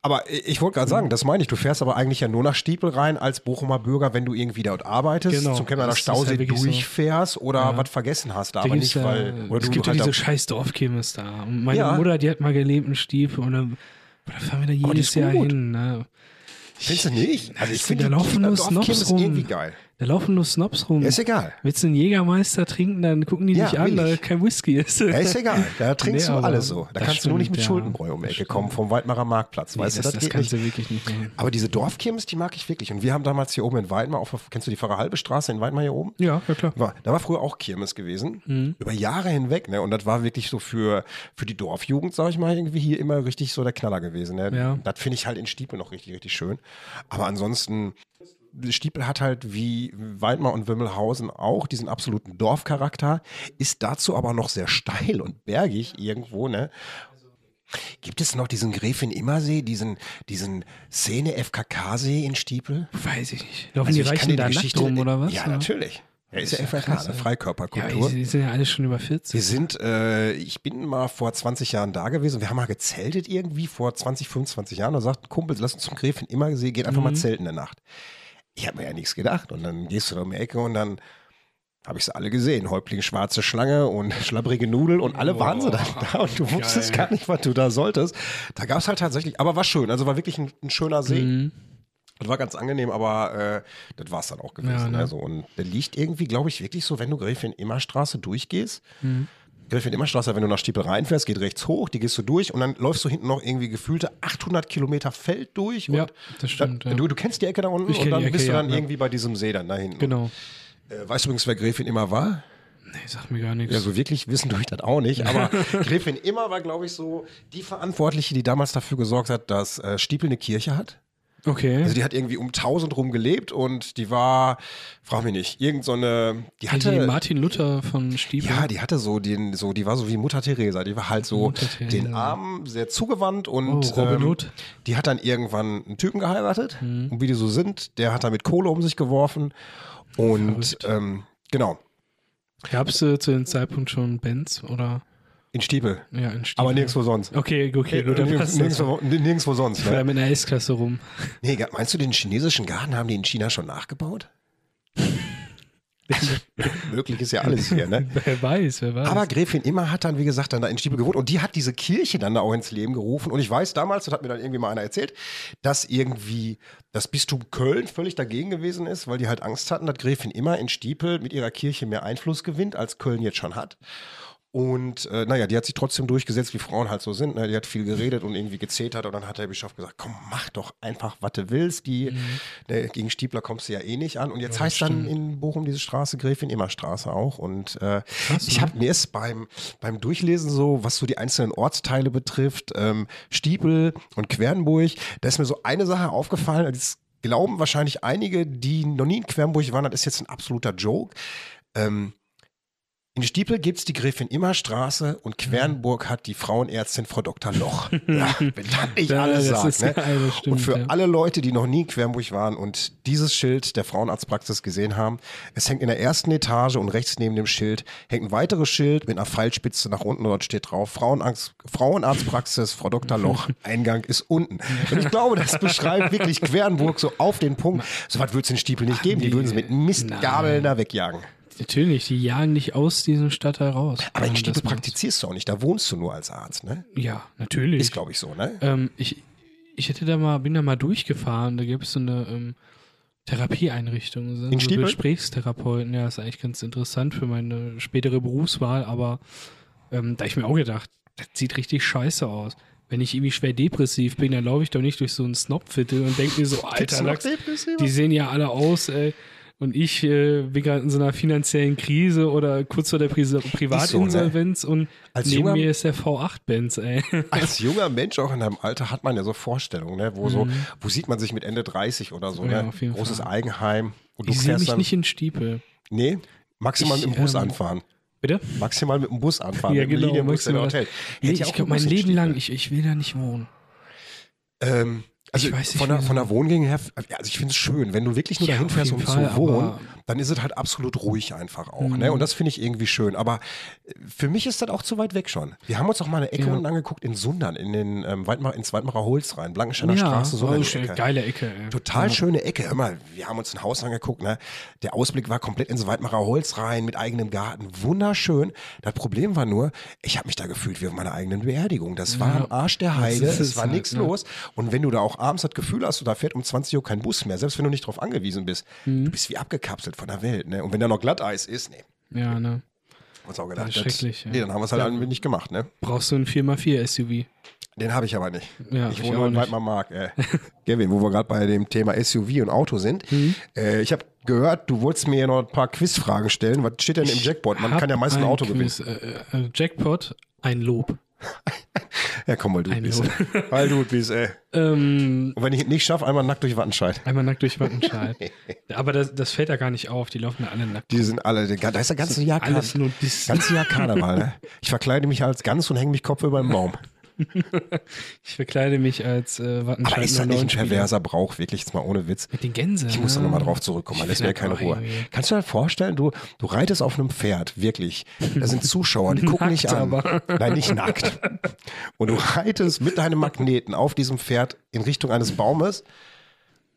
Speaker 1: Aber ich ich wollte gerade sagen, das meine ich, du fährst aber eigentlich ja nur nach Stiepel rein als Bochumer Bürger, wenn du irgendwie dort arbeitest,
Speaker 2: Genau.
Speaker 1: zum Kemmerer
Speaker 2: Das ist ja
Speaker 1: Stausee
Speaker 2: wirklich so.
Speaker 1: durchfährst oder was vergessen hast, da aber
Speaker 2: gibt's
Speaker 1: nicht, weil
Speaker 2: ja,
Speaker 1: oder
Speaker 2: es
Speaker 1: du
Speaker 2: gibt ja
Speaker 1: halt
Speaker 2: diese
Speaker 1: da-
Speaker 2: scheiß Dorfkirmes da. Und meine
Speaker 1: Ja.
Speaker 2: Mutter, die hat mal gelebt in Stiefel und dann boah, da fahren wir da
Speaker 1: Aber die
Speaker 2: jedes
Speaker 1: ist
Speaker 2: Jahr
Speaker 1: gut.
Speaker 2: hin. Ne?
Speaker 1: Findest du nicht? Also ich
Speaker 2: Da
Speaker 1: finde die
Speaker 2: laufen nur
Speaker 1: Dorfkirmes
Speaker 2: Snobs
Speaker 1: ist
Speaker 2: rum.
Speaker 1: irgendwie geil.
Speaker 2: Da laufen nur Snobs rum.
Speaker 1: Ja, ist egal.
Speaker 2: Willst du einen Jägermeister trinken, dann gucken die
Speaker 1: Ja,
Speaker 2: dich an,
Speaker 1: will
Speaker 2: weil
Speaker 1: ich.
Speaker 2: kein Whisky ist.
Speaker 1: Ja, ist egal. Da trinkst
Speaker 2: Nee,
Speaker 1: du
Speaker 2: aber
Speaker 1: alle so. Da
Speaker 2: das
Speaker 1: kannst du nur nicht
Speaker 2: stimmt,
Speaker 1: mit
Speaker 2: ja.
Speaker 1: Schuldenbräu um die Ecke kommen vom Waldmacher Marktplatz.
Speaker 2: Nee,
Speaker 1: weißt
Speaker 2: das
Speaker 1: du, das,
Speaker 2: das
Speaker 1: geht
Speaker 2: kannst
Speaker 1: nicht.
Speaker 2: du wirklich nicht machen.
Speaker 1: Aber diese Dorfkirmes, die mag ich wirklich. Und wir haben damals hier oben in Weidmar, auf, kennst du die Pfarrer-Halbe-Straße in Weidmar hier oben?
Speaker 2: Ja, ja klar.
Speaker 1: War, da war früher auch Kirmes gewesen, über Jahre hinweg, ne? Und das war wirklich so für, für die Dorfjugend, sag ich mal, irgendwie hier immer richtig so der Knaller gewesen. Ne?
Speaker 2: Ja.
Speaker 1: Das finde ich halt in Stiepel noch richtig, richtig schön. Aber ansonsten, Stiepel hat halt wie Weidmar und Wimmelhausen auch diesen absoluten Dorfcharakter, ist dazu aber noch sehr steil und bergig irgendwo, ne? Gibt es noch diesen Gräfin Immersee, diesen, diesen Szene-FKK-See in Stiepel?
Speaker 2: Weiß ich nicht.
Speaker 1: Also
Speaker 2: Laufen die Reichen da nackt
Speaker 1: Geschichte-
Speaker 2: rum oder was?
Speaker 1: Ja,
Speaker 2: oder?
Speaker 1: natürlich. Er ist ja FRK, ne?
Speaker 2: Ja,
Speaker 1: Freikörperkultur.
Speaker 2: aber die, die sind ja alle schon über 40.
Speaker 1: wir sind, äh, ich bin mal vor 20 Jahren da gewesen. Wir haben mal gezeltet irgendwie vor 20, 25 Jahren und sagten, Kumpels, lass uns zum Gräfin immer sehen, geht einfach mal Mhm. zelten in der Nacht. Ich habe mir ja nichts gedacht. Und dann gehst du da um die Ecke und dann habe ich sie alle gesehen. Häuptling, schwarze Schlange und schlabbrige Nudel und alle waren sie dann da und du wusstest gar nicht, was du da solltest. Da gab es halt tatsächlich, aber war schön. Also war wirklich ein, ein schöner See. Das war ganz angenehm, aber äh, das war es dann auch gewesen.
Speaker 2: Ja, ne?
Speaker 1: also, und der liegt irgendwie, glaube ich, wirklich so, wenn du Gräfin Immerstraße durchgehst.
Speaker 2: Mhm.
Speaker 1: Gräfin Immerstraße, wenn du nach Stiepel reinfährst, geht rechts hoch, die gehst du durch und dann läufst du hinten noch irgendwie gefühlte 800 Kilometer Feld durch.
Speaker 2: Ja,
Speaker 1: und
Speaker 2: das stimmt,
Speaker 1: Da,
Speaker 2: ja.
Speaker 1: du, du kennst die Ecke da unten
Speaker 2: Ich
Speaker 1: und
Speaker 2: kenn
Speaker 1: dann
Speaker 2: die Ecke,
Speaker 1: bist du
Speaker 2: ja,
Speaker 1: dann
Speaker 2: ja.
Speaker 1: irgendwie bei diesem See dann da hinten.
Speaker 2: Genau.
Speaker 1: Äh, weißt du übrigens, wer Gräfin Immer war?
Speaker 2: Nee, sag mir gar nichts.
Speaker 1: Ja, so wirklich wissen tue ich das auch nicht. Aber Gräfin Immer war, glaube ich, so die Verantwortliche, die damals dafür gesorgt hat, dass äh, Stiepel eine Kirche hat.
Speaker 2: Okay.
Speaker 1: Also die hat irgendwie um 1000 rum gelebt und die war, frag mich nicht, irgend so eine, die
Speaker 2: hatte
Speaker 1: hatte,
Speaker 2: Also Martin Luther von Stiebel.
Speaker 1: ja, die hatte so den, so, die war so wie Mutter Teresa, die war halt so
Speaker 2: Mutter Teresa.
Speaker 1: den Armen sehr zugewandt
Speaker 2: oh,
Speaker 1: und
Speaker 2: Robin
Speaker 1: ähm,
Speaker 2: Hood. Mhm.
Speaker 1: die hat dann irgendwann einen Typen geheiratet und wie die so sind, der hat dann mit Kohle um sich geworfen und
Speaker 2: Verrückt.
Speaker 1: ähm, genau,
Speaker 2: Gab es äh, zu dem Zeitpunkt schon Benz oder
Speaker 1: in Stiepel,
Speaker 2: ja, in Stiebel?
Speaker 1: aber nirgendwo sonst.
Speaker 2: Okay, okay, gut, dann
Speaker 1: Nirgends-
Speaker 2: passt das.
Speaker 1: Nirgendwo, nirgendwo sonst.
Speaker 2: Fahr
Speaker 1: Ne?
Speaker 2: mit einer S-Klasse rum.
Speaker 1: Nee, ga- meinst du, den chinesischen Garten haben die in China schon nachgebaut? Möglich ist ja alles hier, ne?
Speaker 2: Wer weiß, wer weiß.
Speaker 1: Aber Gräfin Immer hat dann, wie gesagt, dann da in Stiebe gewohnt und die hat diese Kirche dann da auch ins Leben gerufen. Und ich weiß damals, das hat mir dann irgendwie mal einer erzählt, dass irgendwie das Bistum Köln völlig dagegen gewesen ist, weil die halt Angst hatten, dass Gräfin Immer in Stiepel mit ihrer Kirche mehr Einfluss gewinnt, als Köln jetzt schon hat. Und äh, naja, die hat sich trotzdem durchgesetzt, wie Frauen halt so sind. Ne? Die hat viel geredet und irgendwie gezetert. Und dann hat der Bischof gesagt, komm, mach doch einfach, was du willst. Die, ne, gegen Stiebler kommst du ja eh nicht an. Und jetzt heißt dann in Bochum diese Straße Gräfin Immer Straße auch. Und äh, ich habe mir ist beim, beim Durchlesen so, was so die einzelnen Ortsteile betrifft, ähm, Stiepel und Quernburg, da ist mir so eine Sache aufgefallen, Also, das glauben wahrscheinlich einige, die noch nie in Quernburg waren, das ist jetzt ein absoluter Joke. Ähm, in Stiepel gibt es die Gräfin Immerstraße und
Speaker 2: Mhm.
Speaker 1: Quernburg hat die Frauenärztin Frau Dr. Loch. ja, wenn das nicht
Speaker 2: Ja,
Speaker 1: alles
Speaker 2: das
Speaker 1: sagt.
Speaker 2: ist
Speaker 1: ne?
Speaker 2: geil, das stimmt,
Speaker 1: und für
Speaker 2: ja.
Speaker 1: alle Leute, die noch nie in Quernburg waren und dieses Schild der Frauenarztpraxis gesehen haben, es hängt in der ersten Etage und rechts neben dem Schild hängt ein weiteres Schild mit einer Pfeilspitze nach unten und dort steht drauf Frauenarzt, Frauenarztpraxis Frau
Speaker 2: Mhm.
Speaker 1: Dr. Loch, Eingang ist unten. Und ich glaube, das beschreibt wirklich Quernburg so auf den Punkt. So was würde es in Stiepel nicht geben. Die
Speaker 2: nee.
Speaker 1: würden sie mit Mistgabeln da wegjagen.
Speaker 2: Natürlich, die jagen dich aus diesem Stadtteil raus.
Speaker 1: Aber
Speaker 2: Wenn
Speaker 1: in
Speaker 2: du
Speaker 1: Stiepel
Speaker 2: Ähm, das machst.
Speaker 1: praktizierst du auch nicht, da wohnst du nur als Arzt, ne?
Speaker 2: Ja, natürlich.
Speaker 1: Ist, glaube ich, so, ne?
Speaker 2: Ähm, ich, ich hätte da mal, bin da mal durchgefahren, da gibt es so eine ähm, Therapieeinrichtung. So
Speaker 1: In
Speaker 2: so
Speaker 1: Stiebel?
Speaker 2: Gesprächstherapeuten, ja, ist eigentlich ganz interessant für meine spätere Berufswahl, aber ähm, da hab ich mir auch gedacht, das sieht richtig scheiße aus. Wenn ich irgendwie schwer depressiv bin, dann laufe ich doch nicht durch so einen Snobviertel und denke mir so,
Speaker 1: Gibt's
Speaker 2: Alter,
Speaker 1: noch
Speaker 2: Lachs,
Speaker 1: Depressive?
Speaker 2: die sehen ja alle aus, ey. Und ich äh, bin gerade in so einer finanziellen Krise oder kurz vor der Pri Privatinsolvenz und
Speaker 1: ne? Als
Speaker 2: neben
Speaker 1: junger-
Speaker 2: mir ist der V8-Benz, ey.
Speaker 1: Als junger Mensch, auch in deinem Alter, hat man ja so Vorstellungen, ne? Wo, so, wo sieht man sich mit Ende 30 oder so,
Speaker 2: Mhm. Ja,
Speaker 1: ne?
Speaker 2: auf jeden
Speaker 1: Großes
Speaker 2: Fall.
Speaker 1: Eigenheim. Und
Speaker 2: Ich sehe mich nicht in Stiepel.
Speaker 1: Nee, maximal
Speaker 2: Ich,
Speaker 1: mit dem Bus
Speaker 2: ähm,
Speaker 1: anfahren.
Speaker 2: Bitte? genau,
Speaker 1: Maximal mit dem Bus anfahren. mit dem Linienbus, der dort
Speaker 2: maximal.
Speaker 1: hält.
Speaker 2: Nee,
Speaker 1: Hätte ja
Speaker 2: ich
Speaker 1: auch einen
Speaker 2: glaube, mein
Speaker 1: Bus in
Speaker 2: Leben
Speaker 1: Stiepel.
Speaker 2: lang, ich, ich will da nicht wohnen.
Speaker 1: Ähm, also
Speaker 2: Ich weiß nicht,
Speaker 1: von, der,
Speaker 2: wieso.
Speaker 1: von der Wohngänge her, also ich finde es schön, wenn du wirklich nur
Speaker 2: Ja,
Speaker 1: dahin
Speaker 2: auf
Speaker 1: fährst, um
Speaker 2: jeden Fall,
Speaker 1: zu wohnen,
Speaker 2: aber- Mhm.
Speaker 1: dann ist es halt absolut ruhig einfach auch. Ne? Und das finde ich irgendwie schön. Aber äh, für mich ist das auch zu weit weg schon. Wir haben uns auch mal eine Ecke
Speaker 2: Ja.
Speaker 1: unten angeguckt in Sundern, in den ähm, Weidmar, ins Weidmacher Holz rein, Blankensteiner
Speaker 2: Ja,
Speaker 1: Straße, Sundern.
Speaker 2: oh,
Speaker 1: die
Speaker 2: schön,
Speaker 1: Ecke.
Speaker 2: geile Ecke. Ey.
Speaker 1: Total schöne Ecke. Hör mal, wir haben uns ein Haus angeguckt, ne? Der Ausblick war komplett ins Weidmacher Holz rein, mit eigenem Garten. Wunderschön. Das Problem war nur, ich habe mich da gefühlt wie auf meiner eigenen Beerdigung. Das war am Arsch der Heide,
Speaker 2: ist
Speaker 1: es
Speaker 2: es
Speaker 1: war
Speaker 2: halt,
Speaker 1: nichts
Speaker 2: ne?
Speaker 1: los. Und wenn du da auch abends das Gefühl hast, da fährt um 20 Uhr kein Bus mehr, selbst wenn du nicht drauf angewiesen bist,
Speaker 2: Mhm.
Speaker 1: du bist wie abgekapselt von der Welt, ne? Und wenn da noch Glatteis ist, ne,
Speaker 2: Ja, ne.
Speaker 1: was auch gedacht.
Speaker 2: Das ist schrecklich, ja.
Speaker 1: Nee, dann haben wir es halt ja. nicht gemacht, ne?
Speaker 2: Brauchst du einen 4x4 SUV?
Speaker 1: Den habe ich aber nicht.
Speaker 2: Ja,
Speaker 1: ich
Speaker 2: ich
Speaker 1: wohne
Speaker 2: auch
Speaker 1: nur in
Speaker 2: nicht.
Speaker 1: Weidmar Mark. Äh. Gavin, wo wir gerade bei dem Thema SUV und Auto sind.
Speaker 2: Mhm.
Speaker 1: Äh, ich habe gehört, du wolltest mir ja noch ein paar Quizfragen stellen. Was steht denn im Jackpot? Man
Speaker 2: Hab
Speaker 1: kann ja meist ein Auto gewinnen.
Speaker 2: Quiz, äh, äh, Jackpot, ein Lob.
Speaker 1: Ja, komm, weil du
Speaker 2: Ein
Speaker 1: bist.
Speaker 2: Lob.
Speaker 1: ey. Weil du bist, ey.
Speaker 2: Ähm,
Speaker 1: Und wenn ich es nicht schaffe, einmal nackt durch Wattenscheid.
Speaker 2: einmal nackt durch Wattenscheid. Aber das, das fällt ja gar nicht auf, die laufen ja alle nackt.
Speaker 1: Die sind alle, da ist der ganze Jahr, Kar
Speaker 2: Alles nur bis.
Speaker 1: ganze Jahr Karneval. Ne? Ich verkleide mich als Gans und hänge mich Kopf über den Baum.
Speaker 2: Ich verkleide mich als äh, Wattenscheid.
Speaker 1: Aber ist das nicht ein
Speaker 2: 09-Spieler.
Speaker 1: perverser Brauch, wirklich jetzt mal ohne Witz?
Speaker 2: Mit den Gänsen.
Speaker 1: Ich muss da nochmal drauf zurückkommen, weil
Speaker 2: ne? Ich
Speaker 1: das wäre
Speaker 2: find
Speaker 1: keine
Speaker 2: auch
Speaker 1: Ruhe.
Speaker 2: irgendwie-
Speaker 1: Kannst du dir das vorstellen, du, du reitest auf einem Pferd, wirklich. Da sind Zuschauer, die gucken dich
Speaker 2: Nackt
Speaker 1: an.
Speaker 2: aber.
Speaker 1: Nein, nicht nackt. Und du reitest mit deinem Magneten auf diesem Pferd in Richtung eines Baumes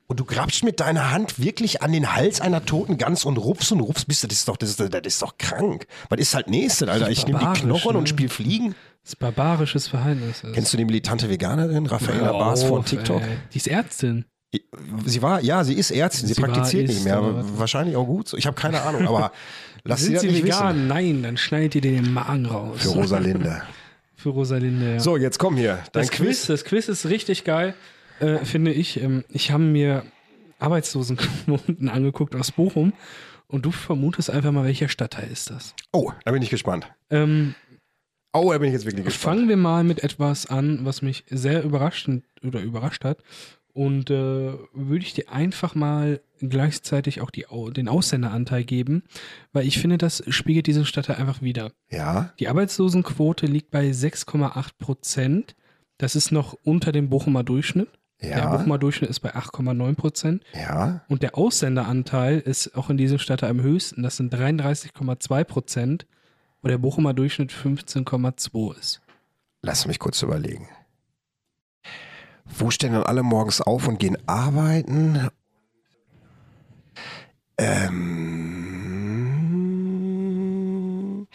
Speaker 1: und du grabst mit deiner Hand wirklich an den Hals einer toten Gans und rupfst und rupfst, bist du, das ist doch, das ist, das ist doch krank. Was ist halt nächstes, Alter? Ich nehme die
Speaker 2: Barbarisch,
Speaker 1: Knochen
Speaker 2: ne?
Speaker 1: und spiel Fliegen.
Speaker 2: Das ist barbarisches Verhalten. Das ist.
Speaker 1: Kennst du die militante Veganerin, Raffaella
Speaker 2: Hör
Speaker 1: Bars von
Speaker 2: auf,
Speaker 1: TikTok?
Speaker 2: ey. Die ist Ärztin.
Speaker 1: Sie war, ja, sie ist Ärztin, sie,
Speaker 2: Sie war,
Speaker 1: praktiziert
Speaker 2: ist,
Speaker 1: nicht mehr.
Speaker 2: oder was?
Speaker 1: Wahrscheinlich auch gut so. Ich habe keine Ahnung, aber lass sie
Speaker 2: Sind
Speaker 1: das
Speaker 2: sie
Speaker 1: nicht
Speaker 2: vegan?
Speaker 1: wissen.
Speaker 2: Nein, dann schneidet ihr den Magen raus.
Speaker 1: Für Rosalinde.
Speaker 2: Für Rosalinde, ja.
Speaker 1: So, jetzt komm hier. Dein
Speaker 2: das Quiz. das Quiz ist richtig geil, äh, finde ich. Ähm, ich habe mir Arbeitslosenquoten angeguckt aus Bochum und du vermutest einfach mal, welcher Stadtteil ist das?
Speaker 1: Oh, da bin ich gespannt.
Speaker 2: Ähm,
Speaker 1: Oh, da bin ich jetzt wirklich gespannt.
Speaker 2: fangen wir mal mit etwas an, was mich sehr überrascht oder überrascht hat. Und äh, würde ich dir einfach mal gleichzeitig auch die, Au- den Aussenderanteil geben, weil ich finde, das spiegelt diese Stadt halt einfach wieder.
Speaker 1: Ja,
Speaker 2: Die Arbeitslosenquote liegt bei 6,8 Prozent. Das ist noch unter dem Bochumer Durchschnitt. Der
Speaker 1: ja,
Speaker 2: Bochumer Durchschnitt ist bei 8,9 Prozent.
Speaker 1: ja.
Speaker 2: Und der Ausländeranteil ist auch in dieser Stadt am höchsten. Das sind 33,2 Prozent, wo der Bochumer Durchschnitt 15,2 ist.
Speaker 1: Lass mich kurz überlegen. Wo stehen dann alle morgens auf und gehen arbeiten? Ähm,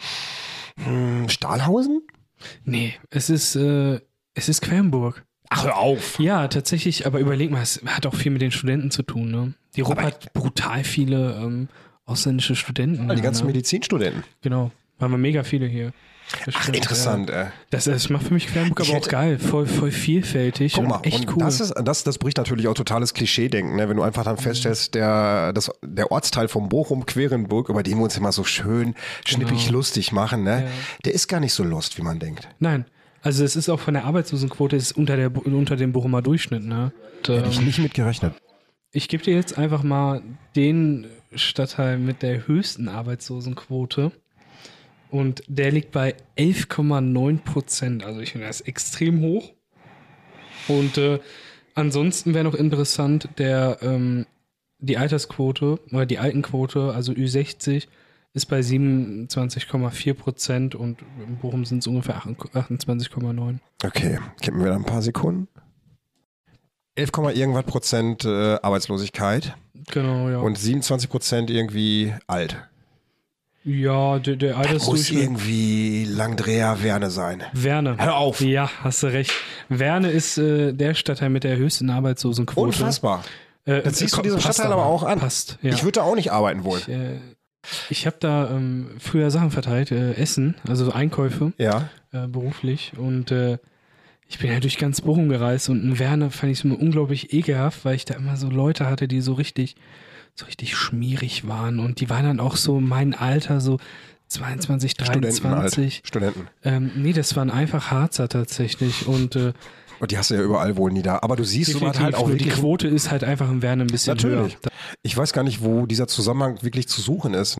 Speaker 1: hm, Stahlhausen?
Speaker 2: Nee, es ist, äh, es ist Quemburg.
Speaker 1: Ach, hör auf.
Speaker 2: Ja, tatsächlich, aber überleg mal, es hat auch viel mit den Studenten zu tun, ne? Die Rupp
Speaker 1: Aber-
Speaker 2: hat brutal viele ähm, ausländische Studenten.
Speaker 1: Die
Speaker 2: da,
Speaker 1: ganzen
Speaker 2: ne?
Speaker 1: Medizinstudenten.
Speaker 2: Genau. Haben wir mega viele hier. Das
Speaker 1: Ach,
Speaker 2: stimmt,
Speaker 1: interessant. Äh.
Speaker 2: Ja. Das, das macht für mich Quernburg
Speaker 1: Ich
Speaker 2: aber auch
Speaker 1: hätte-
Speaker 2: geil. Voll, voll vielfältig.
Speaker 1: Guck
Speaker 2: und
Speaker 1: mal,
Speaker 2: echt
Speaker 1: und
Speaker 2: cool. Mhm.
Speaker 1: das, ist, das, das bricht natürlich auch totales Klischee-Denken, ne? wenn du einfach dann feststellst, der, das, der Ortsteil von Bochum-Querenburg, über den wir uns immer so schön schnippig
Speaker 2: Genau.
Speaker 1: lustig machen, ne?
Speaker 2: Ja.
Speaker 1: der ist gar nicht so lost, wie man denkt.
Speaker 2: Nein. Also es ist auch von der Arbeitslosenquote es ist unter, der, Bo- unter dem Bochumer Durchschnitt, ne? Und,
Speaker 1: Hätte ich
Speaker 2: ähm,
Speaker 1: nicht mitgerechnet.
Speaker 2: ich gebe dir jetzt einfach mal den Stadtteil mit der höchsten Arbeitslosenquote. Und der liegt bei 11,9 Prozent. Also ich finde das ist extrem hoch. Und äh, ansonsten wäre noch interessant, der, ähm, die Altersquote oder die Altenquote, also Ü60, ist bei 27,4 Prozent und in Bochum sind es ungefähr 28,9.
Speaker 1: Okay, kippen wir da ein paar Sekunden. 11, Komma irgendwas Prozent äh, Arbeitslosigkeit
Speaker 2: Genau, ja.
Speaker 1: und 27 Prozent irgendwie alt.
Speaker 2: ja, der, der
Speaker 1: Das muss
Speaker 2: Altersdurchschnitt.
Speaker 1: irgendwie Langdreher Werne sein.
Speaker 2: Werne.
Speaker 1: Hör auf.
Speaker 2: Ja, hast du recht. Werne ist äh, der Stadtteil mit der höchsten Arbeitslosenquote.
Speaker 1: Unfassbar.
Speaker 2: Äh,
Speaker 1: Dann ziehst du diesen
Speaker 2: passt
Speaker 1: Stadtteil aber auch an.
Speaker 2: Passt, ja.
Speaker 1: Ich würde da auch nicht arbeiten wollen.
Speaker 2: Ich, äh, ich habe da ähm, früher Sachen verteilt, äh, Essen, also so Einkäufe
Speaker 1: Ja.
Speaker 2: äh, beruflich und äh, ich bin ja durch ganz Bochum gereist und in Werne fand ich es immer unglaublich ekelhaft, weil ich da immer so Leute hatte, die so richtig, so richtig schmierig waren und die waren dann auch so mein Alter, so 22,
Speaker 1: Studenten halt.
Speaker 2: 23.
Speaker 1: Studenten.
Speaker 2: Ähm, nee, das waren einfach Harzer tatsächlich und äh,
Speaker 1: Und die hast du ja überall wohl nie da. Aber du siehst, so
Speaker 2: Definitiv,
Speaker 1: man hat halt auch
Speaker 2: nur die
Speaker 1: wirklich.
Speaker 2: Quote ist halt einfach im Werne ein bisschen
Speaker 1: Natürlich.
Speaker 2: höher.
Speaker 1: Ich weiß gar nicht, wo dieser Zusammenhang wirklich zu suchen ist.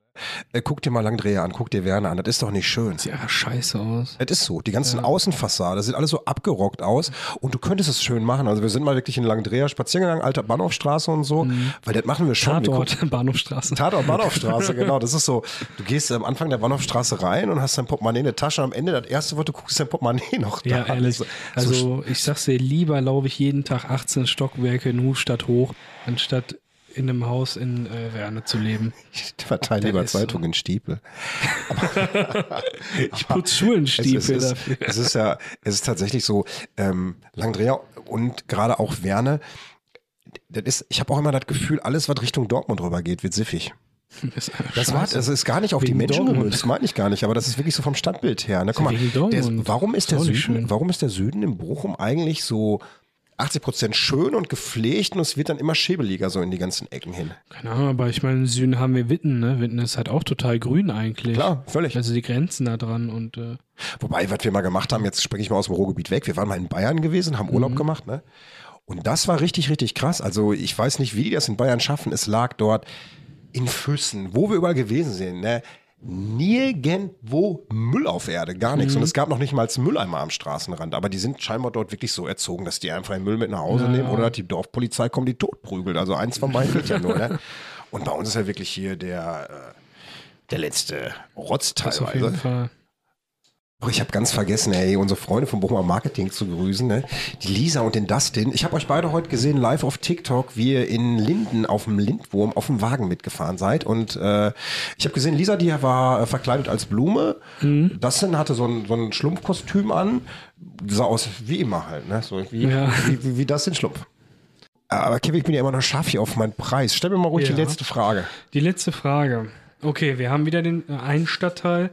Speaker 1: Äh, guck dir mal Langdreher an, guck dir Werner an. Das ist doch nicht schön.
Speaker 2: Sieht einfach scheiße aus.
Speaker 1: Das ist so. Die ganzen Außenfassaden, das sieht alles so abgerockt aus. Und du könntest es schön machen. Also wir sind mal wirklich in Langdreher spazieren gegangen, alter Bahnhofstraße und so. Weil das machen wir schon. Wir gucken-
Speaker 2: Mhm. Tatort, Bahnhofstraße.
Speaker 1: Tatort Bahnhofstraße, genau. Das ist so, du gehst am Anfang der Bahnhofstraße rein und hast dein Portemonnaie in der Tasche. Am Ende, das erste, was du guckst, ist dein Portemonnaie noch da.
Speaker 2: ja, ehrlich.
Speaker 1: So, also, so,
Speaker 2: Also ich sag's dir, lieber laufe ich jeden Tag 18 Stockwerke in Hufstadt hoch, anstatt in einem Haus in äh, Werne zu leben.
Speaker 1: ich verteile lieber
Speaker 2: ist so.
Speaker 1: Zeitung in Stiepel.
Speaker 2: Ich putz Schulenstiefel
Speaker 1: es, es,
Speaker 2: dafür.
Speaker 1: ist, es ist ja, es ist tatsächlich so, ähm, Langdreher und gerade auch Werne, das ist, ich habe auch immer das Gefühl, alles, was Richtung Dortmund rübergeht, wird siffig.
Speaker 2: Das, ist einfach
Speaker 1: Das, war,
Speaker 2: scheiße.
Speaker 1: das ist gar nicht auf
Speaker 2: Wegen
Speaker 1: die Menschen
Speaker 2: Dortmund.
Speaker 1: gemünzt, das meine ich gar nicht, aber das ist wirklich so vom Stadtbild her. Ne? Guck mal,
Speaker 2: Wegen Dortmund.
Speaker 1: der ist, warum, ist
Speaker 2: Ist
Speaker 1: der
Speaker 2: auch nicht
Speaker 1: Süden,
Speaker 2: schön.
Speaker 1: warum ist der Süden in Bochum eigentlich so 80% schön und gepflegt und es wird dann immer schäbeliger so in die ganzen Ecken hin?
Speaker 2: Keine Ahnung, aber ich meine, im Süden haben wir Witten, ne? Witten ist halt auch total grün eigentlich.
Speaker 1: Klar, völlig.
Speaker 2: Also die Grenzen da dran und äh,
Speaker 1: Wobei, was wir mal gemacht haben, jetzt springe ich mal aus dem Ruhrgebiet weg. Wir waren mal in Bayern gewesen, haben
Speaker 2: Mhm.
Speaker 1: Urlaub gemacht, ne? Und das war richtig, richtig krass. Also ich weiß nicht, wie die das in Bayern schaffen. Es lag dort in Füssen, wo wir überall gewesen sind, ne? Nirgendwo Müll auf Erde, gar nichts.
Speaker 2: Mhm.
Speaker 1: Und es gab noch nicht mal Mülleimer am Straßenrand. Aber die sind scheinbar dort wirklich so erzogen, dass die einfach den Müll mit nach Hause nehmen oder dass die Dorfpolizei kommt, die totprügelt. Also eins von beiden geht ja nur, ne? Und bei uns ist ja wirklich hier der, äh, der letzte Also, Rotz
Speaker 2: das auf
Speaker 1: teilweise.
Speaker 2: jeden Fall.
Speaker 1: Oh, ich habe ganz vergessen, ey, unsere Freunde vom Bochumer Marketing zu grüßen, ne? Die Lisa und den Dustin. Ich habe euch beide heute gesehen live auf TikTok, wie ihr in Linden auf dem Lindwurm auf dem Wagen mitgefahren seid. Und äh, ich habe gesehen, Lisa, die war äh, verkleidet als Blume.
Speaker 2: Mhm.
Speaker 1: Dustin hatte so ein, so ein Schlumpfkostüm an. Sah aus wie immer halt, ne? So wie,
Speaker 2: Ja.
Speaker 1: wie, wie, wie Dustin Schlumpf. Aber Kevin, ich bin ja immer noch scharf hier auf meinen Preis. Stell mir mal ruhig
Speaker 2: Ja.
Speaker 1: die letzte Frage.
Speaker 2: Die letzte Frage. Okay, wir haben wieder den äh, einen Stadtteil.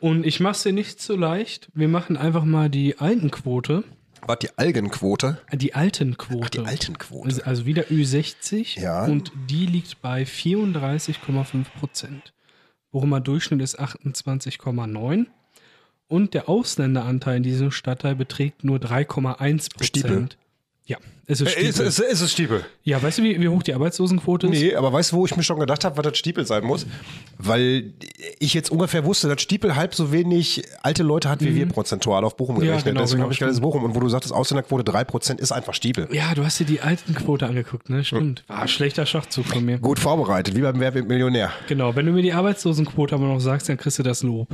Speaker 2: Und ich mach's dir nicht so leicht. Wir machen einfach mal die alten Quote.
Speaker 1: War die Algenquote?
Speaker 2: äh, Die alten Quote.
Speaker 1: Die Altenquote.
Speaker 2: Also- Also wieder Ü60.
Speaker 1: Ja.
Speaker 2: Und die liegt bei 34,5 Prozent. Bochumer Durchschnitt ist 28,9. Und der Ausländeranteil in diesem Stadtteil beträgt nur 3,1 Prozent.
Speaker 1: Stiepel.
Speaker 2: Ja, Äh, es ist Stiefel.
Speaker 1: Äh, ist es Stiefel?
Speaker 2: ja, weißt du, wie, wie hoch die Arbeitslosenquote ist?
Speaker 1: Nee, aber weißt du, wo ich mir schon gedacht habe, was das Stiepel sein muss? Weil ich jetzt ungefähr wusste, dass Stiepel halb so wenig alte Leute hat wie wir prozentual auf Bochum gerechnet.
Speaker 2: Mhm. genau,
Speaker 1: Deswegen
Speaker 2: genau,
Speaker 1: habe ich gerade das Bochum. Und wo du sagtest, Ausländerquote 3% ist einfach Stiepel.
Speaker 2: Ja, du hast dir die alten Quote angeguckt, ne? Stimmt. War ein schlechter Schachzug von mir.
Speaker 1: Gut vorbereitet, wie beim Wer wird Millionär.
Speaker 2: Genau, wenn du mir die Arbeitslosenquote aber noch sagst, dann kriegst du das Lob.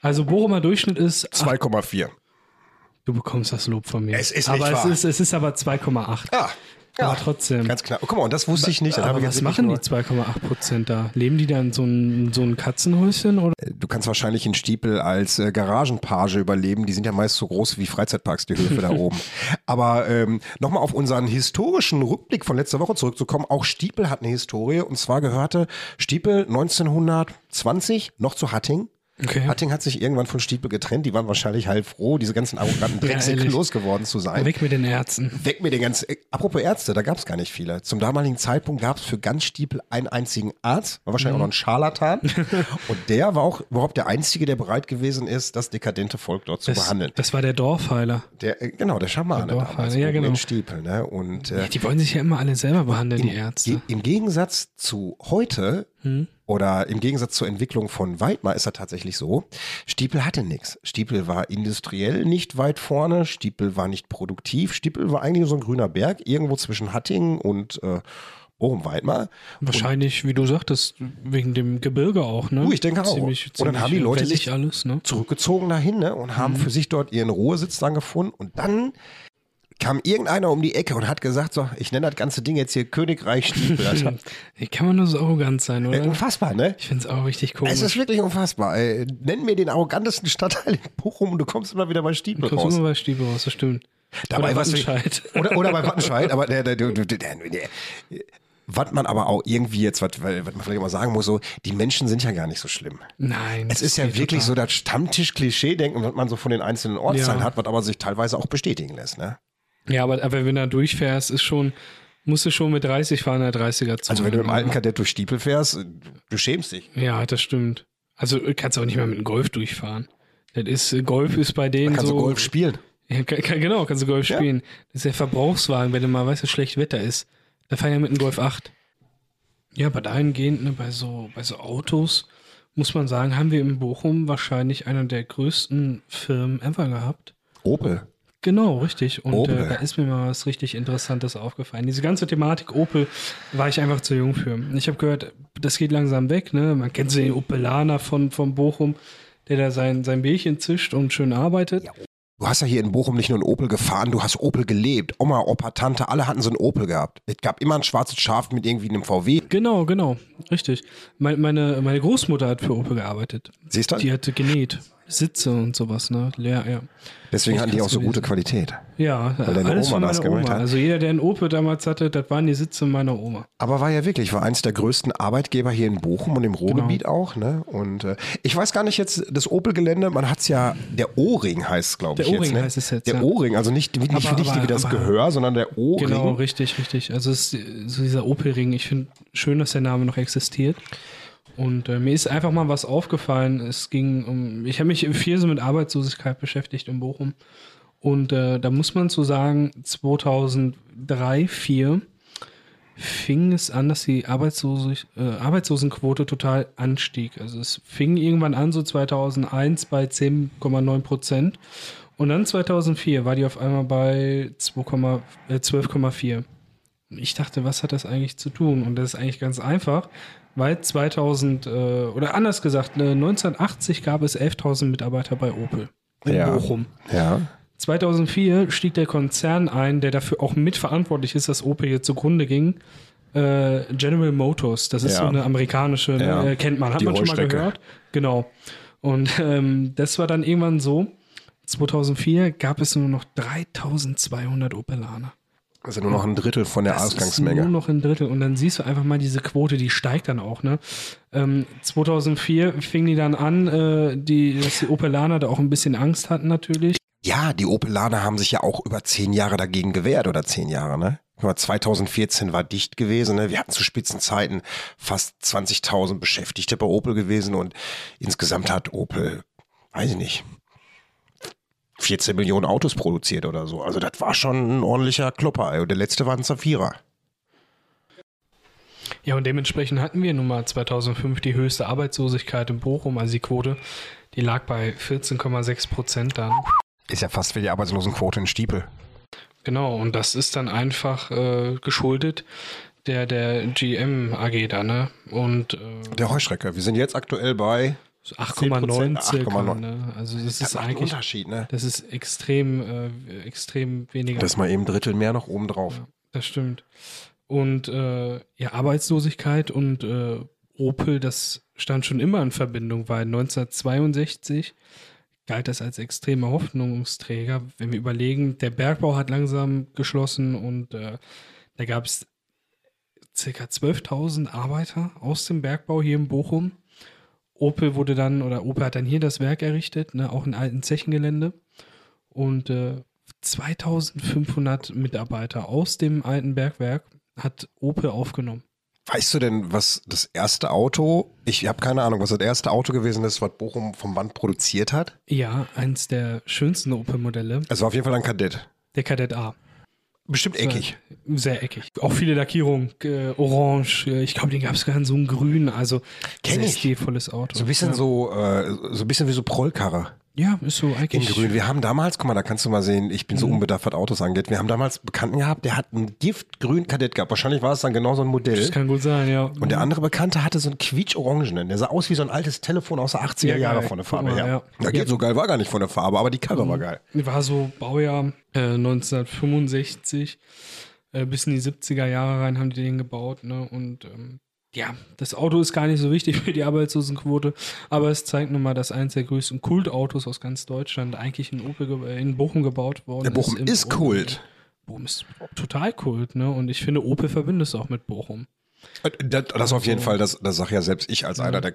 Speaker 2: Also Bochumer Durchschnitt ist, ach,
Speaker 1: 2,4.
Speaker 2: du bekommst das Lob von mir.
Speaker 1: Es ist
Speaker 2: aber
Speaker 1: nicht
Speaker 2: es
Speaker 1: wahr.
Speaker 2: ist es ist aber 2,8.
Speaker 1: Ah,
Speaker 2: Aber trotzdem.
Speaker 1: ganz klar. Oh, guck mal, und das wusste ich nicht. Das habe
Speaker 2: aber
Speaker 1: ich
Speaker 2: was
Speaker 1: jetzt
Speaker 2: machen die
Speaker 1: wirklich
Speaker 2: 2,8 Prozent da? Leben die da in so einem so ein Katzenhäuschen oder?
Speaker 1: nur- Du kannst wahrscheinlich in Stiepel als äh, Garagenpage überleben. Die sind ja meist so groß wie Freizeitparks, die Höfe da oben. Aber ähm, nochmal auf unseren historischen Rückblick von letzter Woche zurückzukommen. Auch Stiepel hat eine Historie. Und zwar gehörte Stiepel 1920 noch zu Hatting.
Speaker 2: Okay.
Speaker 1: Hatting hat sich irgendwann von Stiepel getrennt. Die waren wahrscheinlich halb froh, diese ganzen arroganten Drecksäcke
Speaker 2: ehrlich.
Speaker 1: losgeworden zu sein.
Speaker 2: Weg mit den Ärzten.
Speaker 1: Weg mit den ganzen. äh, Apropos Ärzte, da gab es gar nicht viele. Zum damaligen Zeitpunkt gab es für ganz Stiepel einen einzigen Arzt, war wahrscheinlich
Speaker 2: Mhm.
Speaker 1: auch noch ein Scharlatan. und der war auch überhaupt der Einzige, der bereit gewesen ist, das dekadente Volk dort zu
Speaker 2: Das,
Speaker 1: behandeln.
Speaker 2: das war der Dorfheiler.
Speaker 1: Der, äh, genau, der Schamane
Speaker 2: Der Dorfhahn,
Speaker 1: damals
Speaker 2: ja,
Speaker 1: oben
Speaker 2: genau.
Speaker 1: in Stiepel. Ne? Und äh,
Speaker 2: Ja, die wollen sich ja immer alle selber behandeln, die Ärzte. Hm?
Speaker 1: Ge- Im Gegensatz zu heute oder im Gegensatz zur Entwicklung von Weidmar ist das tatsächlich so. Stiepel hatte nichts. Stiepel war industriell nicht weit vorne, Stiepel war nicht produktiv, Stiepel war eigentlich nur so ein grüner Berg, irgendwo zwischen Hattingen und äh, Bochum-Weidmar.
Speaker 2: Wahrscheinlich, wie du sagtest, wegen dem Gebirge auch, ne?
Speaker 1: Du, Uh, ich denke auch.
Speaker 2: Ziemlich,
Speaker 1: Und dann
Speaker 2: ziemlich
Speaker 1: haben die Leute
Speaker 2: wellig
Speaker 1: sich-
Speaker 2: alles, ne?
Speaker 1: zurückgezogen dahin ne, und
Speaker 2: Hm.
Speaker 1: haben für sich dort ihren Ruhesitz dann gefunden. Und dann kam irgendeiner um die Ecke und hat gesagt, so, ich nenne das ganze Ding jetzt hier Königreich Stiepel. Alter.
Speaker 2: Ey, kann man nur so arrogant sein,
Speaker 1: Äh,
Speaker 2: oder?
Speaker 1: Unfassbar, ne?
Speaker 2: Ich find's auch richtig komisch.
Speaker 1: Es ist wirklich unfassbar. Ey, nenn mir den arrogantesten Stadtteil in Bochum und du kommst immer wieder bei Stiepel
Speaker 2: Kommst du
Speaker 1: raus.
Speaker 2: immer bei Stiebe raus, das stimmt. Oder
Speaker 1: was-
Speaker 2: Wattenscheid.
Speaker 1: Oder, oder bei Wattenscheid, aber der, der, der, der, der, der, was man aber auch irgendwie jetzt, was, weil- was man vielleicht mal sagen muss, so, die Menschen sind ja gar nicht so schlimm.
Speaker 2: Nein.
Speaker 1: Es ist ja wirklich so das Stammtisch-Klischee-Denken, was man so von den einzelnen Ortsteilen
Speaker 2: Ja.
Speaker 1: hat, was aber sich teilweise auch bestätigen lässt. Ne?
Speaker 2: so. Ja, aber, aber wenn du da durchfährst, ist schon, musst du schon mit 30 fahren, der 30er zu.
Speaker 1: Also wenn du im alten Kadett durch Stiepel fährst, du schämst dich.
Speaker 2: Ja, das stimmt. Also du kannst auch nicht mehr mit dem Golf durchfahren. Das ist, äh, Golf ist bei denen
Speaker 1: Kannst
Speaker 2: so.
Speaker 1: du Golf spielen.
Speaker 2: Ja, ka- ka- genau, kannst du Golf
Speaker 1: Ja.
Speaker 2: spielen. Das ist der Verbrauchswagen, wenn du mal weißt, dass schlecht Wetter ist. Da fahren ja mit einem Golf 8. Ja, aber dahingehend, ne, bei, so, bei so Autos, muss man sagen, haben wir in Bochum wahrscheinlich eine der größten Firmen ever gehabt.
Speaker 1: Opel.
Speaker 2: Genau, richtig. Und
Speaker 1: Opel.
Speaker 2: äh, da ist mir mal was richtig Interessantes aufgefallen. Diese ganze Thematik Opel war ich einfach zu jung für. Ich habe gehört, das geht langsam weg. Ne? Man kennt so den Opelaner von, von Bochum, der da sein, sein Bierchen zischt und schön arbeitet.
Speaker 1: Du hast ja hier in Bochum nicht nur einen Opel gefahren, du hast Opel gelebt. Oma, Opa, Tante, alle hatten so einen Opel gehabt. Es gab immer ein schwarzes Schaf mit irgendwie einem VW.
Speaker 2: Genau, genau, richtig. Meine, meine, meine Großmutter hat für Opel gearbeitet.
Speaker 1: Siehst du?
Speaker 2: Die hatte genäht, Sitze und sowas, ne? Ja, ja.
Speaker 1: Deswegen hatten die auch so
Speaker 2: gewesen.
Speaker 1: gute Qualität.
Speaker 2: Ja,
Speaker 1: deine
Speaker 2: alles
Speaker 1: Oma
Speaker 2: von
Speaker 1: das
Speaker 2: meiner
Speaker 1: gemacht
Speaker 2: Oma.
Speaker 1: hat.
Speaker 2: Also jeder, der einen Opel damals hatte, das waren die Sitze meiner Oma.
Speaker 1: Aber war ja wirklich, war eins der größten Arbeitgeber hier in Bochum und im
Speaker 2: Genau.
Speaker 1: Ruhrgebiet auch. Ne? Und äh, ich weiß gar nicht jetzt, das Opel-Gelände, man hat es ja, der O-Ring heißt es, glaube
Speaker 2: Der
Speaker 1: ich jetzt.
Speaker 2: O-Ring
Speaker 1: ne?
Speaker 2: heißt es jetzt,
Speaker 1: Der
Speaker 2: ja.
Speaker 1: O-Ring, also nicht, nicht,
Speaker 2: Aber-
Speaker 1: nicht
Speaker 2: aber-
Speaker 1: wie das
Speaker 2: aber-
Speaker 1: Gehör, sondern der O-Ring.
Speaker 2: Genau, richtig, richtig. Also es ist so dieser Opel-Ring. Ich finde schön, dass der Name noch existiert. Und äh, mir ist einfach mal was aufgefallen. Es ging um, ich habe mich viel so mit Arbeitslosigkeit beschäftigt in Bochum. Und äh, da muss man zu sagen, 2003, 2004 fing es an, dass die Arbeitslosig, äh, Arbeitslosenquote total anstieg. Also es fing irgendwann an, so 2001 bei 10,9 Prozent. Und dann 2004 war die auf einmal bei 2,4, äh, 12,4. Ich dachte, was hat das eigentlich zu tun? Und das ist eigentlich ganz einfach, weil 2000, äh, oder anders gesagt, ne, 1980 gab es 11.000 Mitarbeiter bei Opel in
Speaker 1: Ja.
Speaker 2: Bochum.
Speaker 1: Ja.
Speaker 2: 2004 stieg der Konzern ein, der dafür auch mitverantwortlich ist, dass Opel hier zugrunde ging. Äh, General Motors, das ist
Speaker 1: Ja.
Speaker 2: so eine amerikanische, ne,
Speaker 1: Ja.
Speaker 2: äh, kennt man, hat
Speaker 1: Die
Speaker 2: man schon mal
Speaker 1: Rollstrecke.
Speaker 2: gehört. Genau. Und ähm, das war dann irgendwann so. 2004 gab es nur noch 3200 Opelaner.
Speaker 1: Das ist ja nur noch ein Drittel von der
Speaker 2: Das ist nur
Speaker 1: Ausgangsmenge.
Speaker 2: noch ein Drittel. Und dann siehst du einfach mal diese Quote, die steigt dann auch. Ne? Ähm, 2004 fing die dann an, äh, die, dass die Opelaner da auch ein bisschen Angst hatten natürlich.
Speaker 1: Ja, die Opelaner haben sich ja auch über zehn Jahre dagegen gewehrt oder zehn Jahre, ne? Guck mal, 2014 war dicht gewesen, ne? Wir hatten zu Spitzenzeiten fast 20.000 Beschäftigte bei Opel gewesen und insgesamt hat Opel, weiß ich nicht, 14 Millionen Autos produziert oder so. Also das war schon ein ordentlicher Klopper. ey. Und der letzte war ein Zafira.
Speaker 2: Ja, und dementsprechend hatten wir nun mal 2005 die höchste Arbeitslosigkeit in Bochum, also die Quote, die lag bei 14,6 Prozent dann.
Speaker 1: Ist ja fast wie die Arbeitslosenquote in Stiepel.
Speaker 2: Genau, und das ist dann einfach äh, geschuldet der, der GM AG da, ne? Und äh,
Speaker 1: Der Heuschrecker. Wir sind jetzt aktuell bei.
Speaker 2: 8,9 circa,
Speaker 1: 8,9.
Speaker 2: ne? Also das
Speaker 1: Das
Speaker 2: ist
Speaker 1: macht einen
Speaker 2: eigentlich,
Speaker 1: Unterschied, ne?
Speaker 2: das ist extrem, äh, extrem weniger.
Speaker 1: Das ist mal eben ein Drittel mehr noch oben drauf.
Speaker 2: Das stimmt. Und äh, ja, Arbeitslosigkeit und äh, Opel, das stand schon immer in Verbindung, weil 1962 galt das als extremer Hoffnungsträger. Wenn wir überlegen, der Bergbau hat langsam geschlossen und äh, da gab es ca. 12.000 Arbeiter aus dem Bergbau hier in Bochum. Opel wurde dann, oder Opel hat dann hier das Werk errichtet, ne, auch in alten Zechengelände. Und äh, 2500 Mitarbeiter aus dem alten Bergwerk hat Opel aufgenommen.
Speaker 1: Weißt du denn, was das erste Auto, ich habe keine Ahnung, was das erste Auto gewesen ist, was Bochum vom Band produziert hat?
Speaker 2: Ja, eins der schönsten Opel-Modelle,
Speaker 1: Es war auf jeden Fall ein Kadett.
Speaker 2: der Kadett A. Äh,
Speaker 1: Bestimmt eckig.
Speaker 2: Sehr eckig. Auch viele Lackierungen, äh, orange, äh, ich glaube, den gab es gar in so einem grün, also
Speaker 1: Kenn
Speaker 2: sehr
Speaker 1: ich.
Speaker 2: stilvolles Auto.
Speaker 1: So ein bisschen
Speaker 2: ja.
Speaker 1: so, äh, so ein bisschen wie so Prollkarre
Speaker 2: Ja, ist so
Speaker 1: in
Speaker 2: eigentlich.
Speaker 1: Grün. Wir haben damals, guck mal, da kannst du mal sehen, ich bin
Speaker 2: Mhm.
Speaker 1: so unbedarft, was Autos angeht. Wir haben damals einen Bekannten gehabt, der hat einen giftgrünen Kadett gehabt. Wahrscheinlich war es dann genau so ein Modell.
Speaker 2: Das kann Mhm. gut sein, ja.
Speaker 1: Und der andere Bekannte hatte so einen quietschorangenen. Der sah aus wie so ein altes Telefon aus der 80er
Speaker 2: Ja, geil.
Speaker 1: Jahre von der
Speaker 2: Guck
Speaker 1: Farbe
Speaker 2: mal,
Speaker 1: her.
Speaker 2: ja. Mhm.
Speaker 1: Da geht so geil, war gar nicht von der Farbe, aber die Karre war geil.
Speaker 2: War so Baujahr äh, 1965 äh, bis in die 70er Jahre rein haben die den gebaut. Ne? Und ähm, ja, das Auto ist gar nicht so wichtig für die Arbeitslosenquote, aber es zeigt nun mal, dass eins der größten Kultautos aus ganz Deutschland eigentlich in, Opel ge- äh, in Bochum gebaut worden
Speaker 1: Der Bochum
Speaker 2: ist. im
Speaker 1: ist
Speaker 2: Opel.
Speaker 1: Kult.
Speaker 2: Bochum ist total Kult, ne? Und ich finde, Opel verbindet es auch mit Bochum.
Speaker 1: Das, Äh, das auf jeden Fall, das, das sag ja selbst ich als einer, der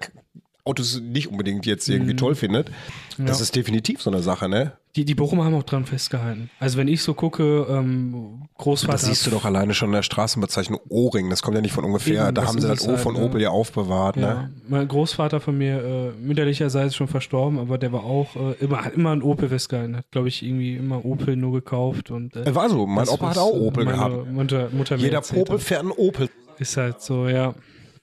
Speaker 1: Autos nicht unbedingt jetzt irgendwie toll findet. Das
Speaker 2: Mhm. Ja.
Speaker 1: ist definitiv so eine Sache, ne?
Speaker 2: Die, die Bochumer haben auch dran festgehalten. Also wenn ich so gucke, ähm, Großvater
Speaker 1: Das siehst du doch alleine schon in der Straßenbezeichnung O-Ring, das kommt ja nicht von ungefähr.
Speaker 2: Eben,
Speaker 1: da
Speaker 2: das
Speaker 1: haben sie
Speaker 2: ist
Speaker 1: das
Speaker 2: es
Speaker 1: O
Speaker 2: halt,
Speaker 1: von
Speaker 2: ne?
Speaker 1: Opel ja aufbewahrt,
Speaker 2: Ja,
Speaker 1: ne?
Speaker 2: mein Großvater von mir, äh, mütterlicherseits schon verstorben, aber der war auch äh, immer, hat immer ein Opel festgehalten, hat, glaube ich, irgendwie immer Opel nur gekauft und äh,
Speaker 1: Äh, War so, mein
Speaker 2: das,
Speaker 1: Opa hat
Speaker 2: was,
Speaker 1: auch
Speaker 2: äh,
Speaker 1: Opel
Speaker 2: meine
Speaker 1: gehabt.
Speaker 2: Mutter, Mutter mir
Speaker 1: Jeder
Speaker 2: erzählt
Speaker 1: Popel
Speaker 2: hat.
Speaker 1: fährt einen Opel.
Speaker 2: ist halt so, ja.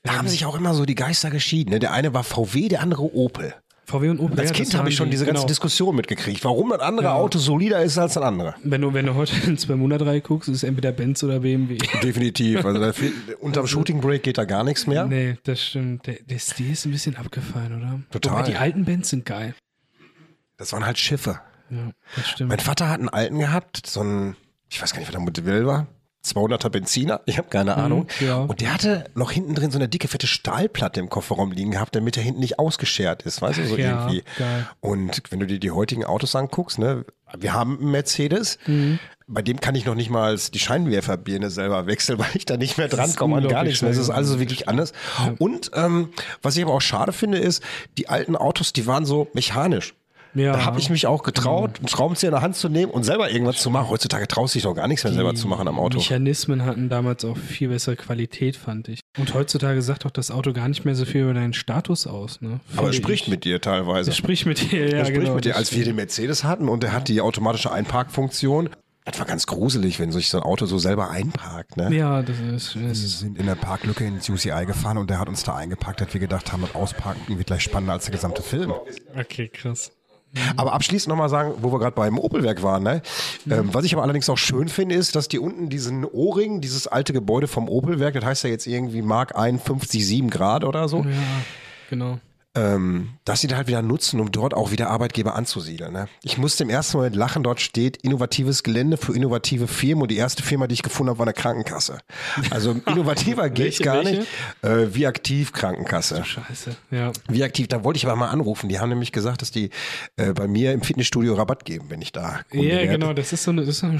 Speaker 1: Da haben sich auch immer so die Geister geschieden. Ne? Der eine war VW, der andere Opel.
Speaker 2: VW und Opel.
Speaker 1: Als
Speaker 2: ja, das
Speaker 1: Kind habe
Speaker 2: waren
Speaker 1: ich schon
Speaker 2: die,
Speaker 1: diese ganze
Speaker 2: genau.
Speaker 1: Diskussion mitgekriegt, warum das andere Auto solider ist als das andere.
Speaker 2: Wenn du, wenn du heute in zwei Monate reinguckst, ist es entweder Benz oder BMW.
Speaker 1: Definitiv. Also da fehlt, unterm Shooting Break geht da gar nichts mehr.
Speaker 2: Nee, das stimmt. Der, der Stil ist ein bisschen abgefallen, oder?
Speaker 1: Total.
Speaker 2: Wobei, die alten Benz sind geil.
Speaker 1: Das waren halt Schiffe.
Speaker 2: Ja, das stimmt.
Speaker 1: Mein Vater hat einen alten gehabt, so ein, ich weiß gar nicht, was der Modell war. 200er Benziner, ich habe keine Ahnung.
Speaker 2: Mhm, ja.
Speaker 1: Und der hatte noch hinten drin so eine dicke, fette Stahlplatte im Kofferraum liegen gehabt, damit er hinten nicht ausgeschert ist, weißt du, so
Speaker 2: Ja,
Speaker 1: irgendwie.
Speaker 2: geil.
Speaker 1: Und wenn du dir die heutigen Autos anguckst, ne, wir haben einen Mercedes,
Speaker 2: Mhm.
Speaker 1: bei dem kann ich noch nicht mal die Scheinwerferbirne selber wechseln, weil ich da nicht mehr dran
Speaker 2: ist
Speaker 1: komme an gar
Speaker 2: unglaublich
Speaker 1: nichts mehr. Es ist
Speaker 2: schnell
Speaker 1: alles so wirklich anders. Und ähm, was ich aber auch schade finde, ist, die alten Autos, die waren so mechanisch.
Speaker 2: Ja.
Speaker 1: Da habe ich mich auch getraut, einen Schraubenzieher in der Hand zu nehmen und selber irgendwas zu machen. Heutzutage traust du dich doch gar nichts mehr selber zu machen am Auto.
Speaker 2: Mechanismen hatten damals auch viel bessere Qualität, fand ich. Und heutzutage sagt doch das Auto gar nicht mehr so viel über deinen Status aus, ne?
Speaker 1: Aber
Speaker 2: Finde
Speaker 1: es spricht
Speaker 2: ich.
Speaker 1: mit dir teilweise.
Speaker 2: Es spricht mit dir, ja,
Speaker 1: Er spricht
Speaker 2: genau.
Speaker 1: mit dir,
Speaker 2: das
Speaker 1: als wir den Mercedes hatten und er hat die automatische Einparkfunktion. Das war ganz gruselig, wenn sich so ein Auto so selber einparkt. Ne?
Speaker 2: Ja, das ist, das
Speaker 3: Wir
Speaker 2: ist
Speaker 3: sind in der Parklücke ins UCI gefahren und der hat uns da eingepackt, hat wir gedacht haben, das Ausparken wird gleich spannender als der gesamte Film.
Speaker 2: okay, krass.
Speaker 1: Aber abschließend nochmal sagen, wo wir gerade beim Opelwerk waren. Ne? Ähm, was ich aber allerdings auch schön finde, ist, dass die unten diesen O-Ring, dieses alte Gebäude vom Opelwerk, das heißt ja jetzt irgendwie Mark 51, 7 Grad oder so,
Speaker 2: Ja, genau.
Speaker 1: ähm, dass sie da halt wieder nutzen, um dort auch wieder Arbeitgeber anzusiedeln. Ne? Ich musste im ersten Moment lachen, dort steht innovatives Gelände für innovative Firmen und die erste Firma, die ich gefunden habe, war eine Krankenkasse. Also innovativer geht's
Speaker 2: Welche,
Speaker 1: gar
Speaker 2: welche?
Speaker 1: nicht. Äh, wie aktiv Krankenkasse.
Speaker 2: Scheiße. Ja.
Speaker 1: Wie aktiv, da wollte ich aber mal anrufen. Die haben nämlich gesagt, dass die äh, bei mir im Fitnessstudio Rabatt geben, wenn ich da. Kunde
Speaker 2: Ja,
Speaker 1: werde.
Speaker 2: genau, das ist so eine, das ist so eine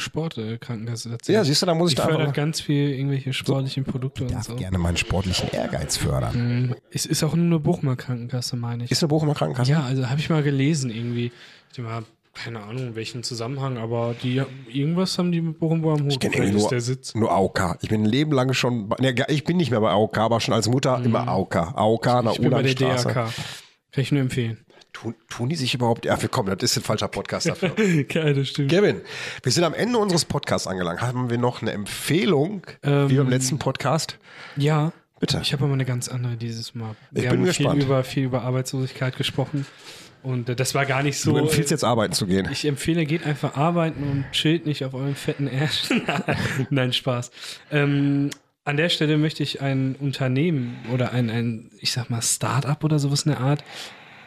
Speaker 2: Sportkrankenkasse tatsächlich.
Speaker 1: Ja, siehst du, da muss ich
Speaker 2: Die
Speaker 1: da einfach
Speaker 2: fördert
Speaker 1: mal-
Speaker 2: ganz viel irgendwelche sportlichen Produkte und
Speaker 3: Darf
Speaker 2: so. Mhm.
Speaker 3: gerne meinen sportlichen Ehrgeiz fördern.
Speaker 2: Es ist auch nur eine Bochumer Krankenkasse, meine ich.
Speaker 1: Ist eine Bochumer Krankenkasse?
Speaker 2: Ja, also habe ich mal gelesen irgendwie. Ich hab mal, keine Ahnung, in welchem Zusammenhang, aber die irgendwas haben die mit Bochum am Hut.
Speaker 1: Ich kenne
Speaker 2: Vielleicht
Speaker 1: irgendwie
Speaker 2: ist
Speaker 1: nur,
Speaker 2: der Sitz.
Speaker 1: nur AOK. Ich bin ein Leben lang schon, bei, ne, ich bin nicht mehr bei AOK, aber schon als Mutter immer AOK. AOK an der
Speaker 2: Mhm. Ich bin bei der
Speaker 1: Ulanstraße.
Speaker 2: DRK. Kann ich nur empfehlen.
Speaker 1: Tun, tun die sich überhaupt? Ja, willkommen, das ist ein falscher Podcast dafür.
Speaker 2: Keine Stimme.
Speaker 1: Kevin, wir sind am Ende unseres Podcasts angelangt. Haben wir noch eine Empfehlung, wie
Speaker 2: Ähm,
Speaker 1: beim letzten Podcast?
Speaker 2: Ja.
Speaker 1: Bitte.
Speaker 2: Ich habe aber eine ganz andere dieses Mal.
Speaker 1: Ich
Speaker 2: Wir
Speaker 1: bin
Speaker 2: haben
Speaker 1: gespannt.
Speaker 2: Viel über, viel über Arbeitslosigkeit gesprochen. Und äh, das war gar nicht so.
Speaker 1: Du empfiehlst
Speaker 2: äh,
Speaker 1: jetzt arbeiten zu gehen.
Speaker 2: ich empfehle, geht einfach arbeiten und chillt nicht auf euren fetten Arsch. Nein, Spaß. Ähm, an der Stelle möchte ich ein Unternehmen oder ein, ein ich sag mal, Start-up oder sowas in der Art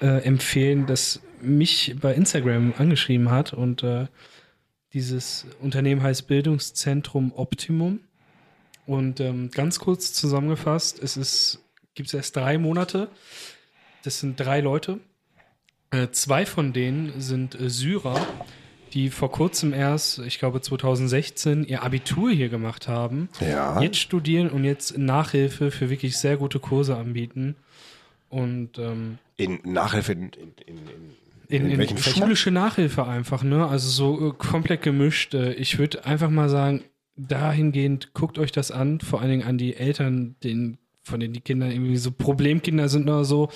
Speaker 2: äh, empfehlen, das mich bei Instagram angeschrieben hat. Und äh, dieses Unternehmen heißt Bildungszentrum Optimum. Und ähm, ganz kurz zusammengefasst, es ist, gibt es erst drei Monate. Das sind drei Leute. Äh, zwei von denen sind äh, Syrer, die vor kurzem erst, ich glaube 2016, ihr Abitur hier gemacht haben,
Speaker 1: ja.
Speaker 2: jetzt studieren und jetzt Nachhilfe für wirklich sehr gute Kurse anbieten. Und ähm,
Speaker 1: In Nachhilfe in, in, in, in,
Speaker 2: in, in,
Speaker 1: welchen Fächern?
Speaker 2: schulische Nachhilfe einfach, ne? Also so äh, komplett gemischt. Äh, ich würde einfach mal sagen, dahingehend guckt euch das an, vor allen Dingen an die Eltern, den, von denen die Kinder irgendwie so Problemkinder sind oder so.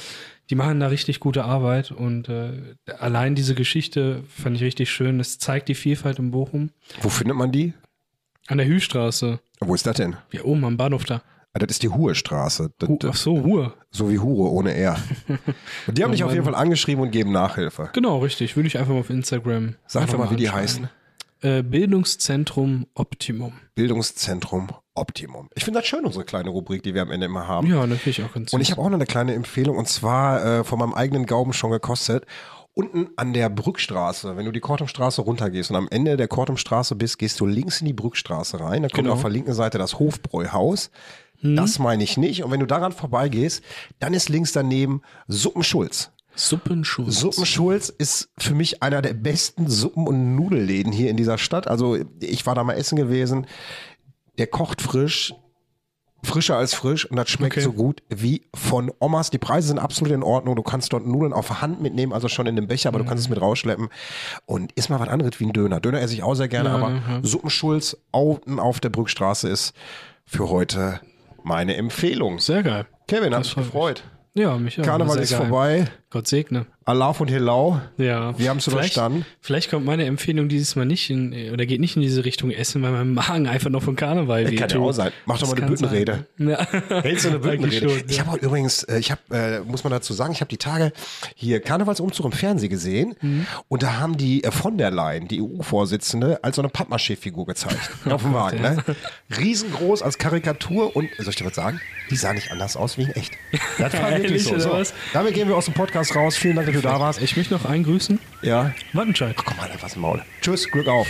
Speaker 2: Die machen da richtig gute Arbeit und äh, allein diese Geschichte fand ich richtig schön. Das zeigt die Vielfalt in Bochum.
Speaker 1: Wo findet man die?
Speaker 2: An der Hühstraße,
Speaker 1: Wo ist das denn?
Speaker 2: ja oben am Bahnhof da.
Speaker 1: Ah, das ist die Huhe-Straße. Das-
Speaker 2: Hu-
Speaker 1: das-
Speaker 2: Ach so, Ruhe.
Speaker 1: So wie Hure ohne R. Und die haben
Speaker 2: Oh
Speaker 1: dich auf jeden
Speaker 2: Mann.
Speaker 1: Fall angeschrieben und geben Nachhilfe.
Speaker 2: Genau, richtig. Würde ich einfach mal auf Instagram.
Speaker 1: Sag
Speaker 2: einfach
Speaker 1: doch mal, wie die
Speaker 2: anschreiben.
Speaker 1: heißen.
Speaker 2: Äh, Bildungszentrum Optimum.
Speaker 1: Bildungszentrum Optimum. Ich finde das schön, unsere kleine Rubrik, die wir am Ende immer haben.
Speaker 2: Ja, natürlich auch ganz
Speaker 1: Und
Speaker 2: süß.
Speaker 1: ich habe auch noch eine kleine Empfehlung und zwar äh, von meinem eigenen Gaumen schon gekostet. Unten an der Brückstraße, wenn du die Kortumstraße runtergehst und am Ende der Kortumstraße bist, gehst du links in die Brückstraße rein. Da kommt
Speaker 2: Genau. Hm.
Speaker 1: auf der linken Seite das Hofbräuhaus. Das meine ich nicht. Und wenn du daran vorbeigehst, dann ist links daneben Suppenschulz.
Speaker 2: Suppenschutz.
Speaker 1: Suppenschulz ist für mich einer der besten Suppen- und Nudelläden hier in dieser Stadt. Also ich war da mal essen gewesen. Der kocht frisch, frischer als frisch und das schmeckt
Speaker 2: Okay.
Speaker 1: so gut wie von Omas. Die Preise sind absolut in Ordnung. Du kannst dort Nudeln auf der Hand mitnehmen, also schon in dem Becher, aber du
Speaker 2: Mhm.
Speaker 1: kannst es mit rausschleppen. Und ist mal was anderes wie ein Döner. Döner esse ich auch sehr gerne,
Speaker 2: Ja,
Speaker 1: aber
Speaker 2: ja.
Speaker 1: Suppenschulz unten auf der Brückstraße ist für heute meine Empfehlung.
Speaker 2: Sehr geil.
Speaker 1: Kevin, hat mich
Speaker 2: freut mich.
Speaker 1: gefreut.
Speaker 2: Ja, mich auch.
Speaker 1: Karneval
Speaker 2: Sehr
Speaker 1: ist
Speaker 2: geil.
Speaker 1: vorbei.
Speaker 2: Gott segne.
Speaker 1: Alaf und Hilau.
Speaker 2: Ja.
Speaker 1: Wir haben's
Speaker 2: Vielleicht-
Speaker 1: überstanden.
Speaker 2: Vielleicht kommt meine Empfehlung dieses Mal nicht in, oder geht nicht in diese Richtung Essen, weil mein Magen einfach noch von Karneval
Speaker 1: Ey, kann ja
Speaker 2: wehtut.
Speaker 1: auch sein. Mach doch
Speaker 2: Das
Speaker 1: mal eine
Speaker 2: kann sein.
Speaker 1: Büttenrede.
Speaker 2: Ja.
Speaker 1: Hältst du eine
Speaker 2: Eigentlich
Speaker 1: Büttenrede?
Speaker 2: schon,
Speaker 1: ich
Speaker 2: ja.
Speaker 1: habe auch übrigens, äh, ich habe, äh, muss man dazu sagen, ich habe die Tage hier Karnevalsumzug im Fernsehen gesehen
Speaker 2: Mhm.
Speaker 1: und da haben die äh, von der Leyen, die EU-Vorsitzende, als so eine Pappmaché-Figur gezeigt. auf
Speaker 2: Oh,
Speaker 1: dem Wagen, ne? Riesengroß als Karikatur und, soll ich dir was sagen? Die sah nicht anders aus wie in echt. Das war wirklich
Speaker 2: Ehrlich,
Speaker 1: so.
Speaker 2: oder
Speaker 1: so.
Speaker 2: was?
Speaker 1: Damit gehen wir aus dem Podcast raus. Vielen Dank, dass du da warst.
Speaker 2: Ich möchte noch einen grüßen.
Speaker 1: Ja.
Speaker 2: Wattenscheid.
Speaker 1: Komm mal, halt was im Maul. Tschüss, Glück auf.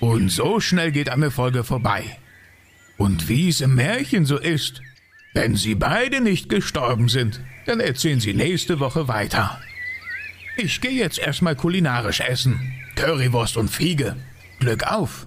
Speaker 4: Und so schnell geht eine Folge vorbei. Und wie es im Märchen so ist, wenn sie beide nicht gestorben sind, dann erzählen sie nächste Woche weiter. Ich gehe jetzt erstmal kulinarisch essen. Currywurst und Fiege. Glück auf!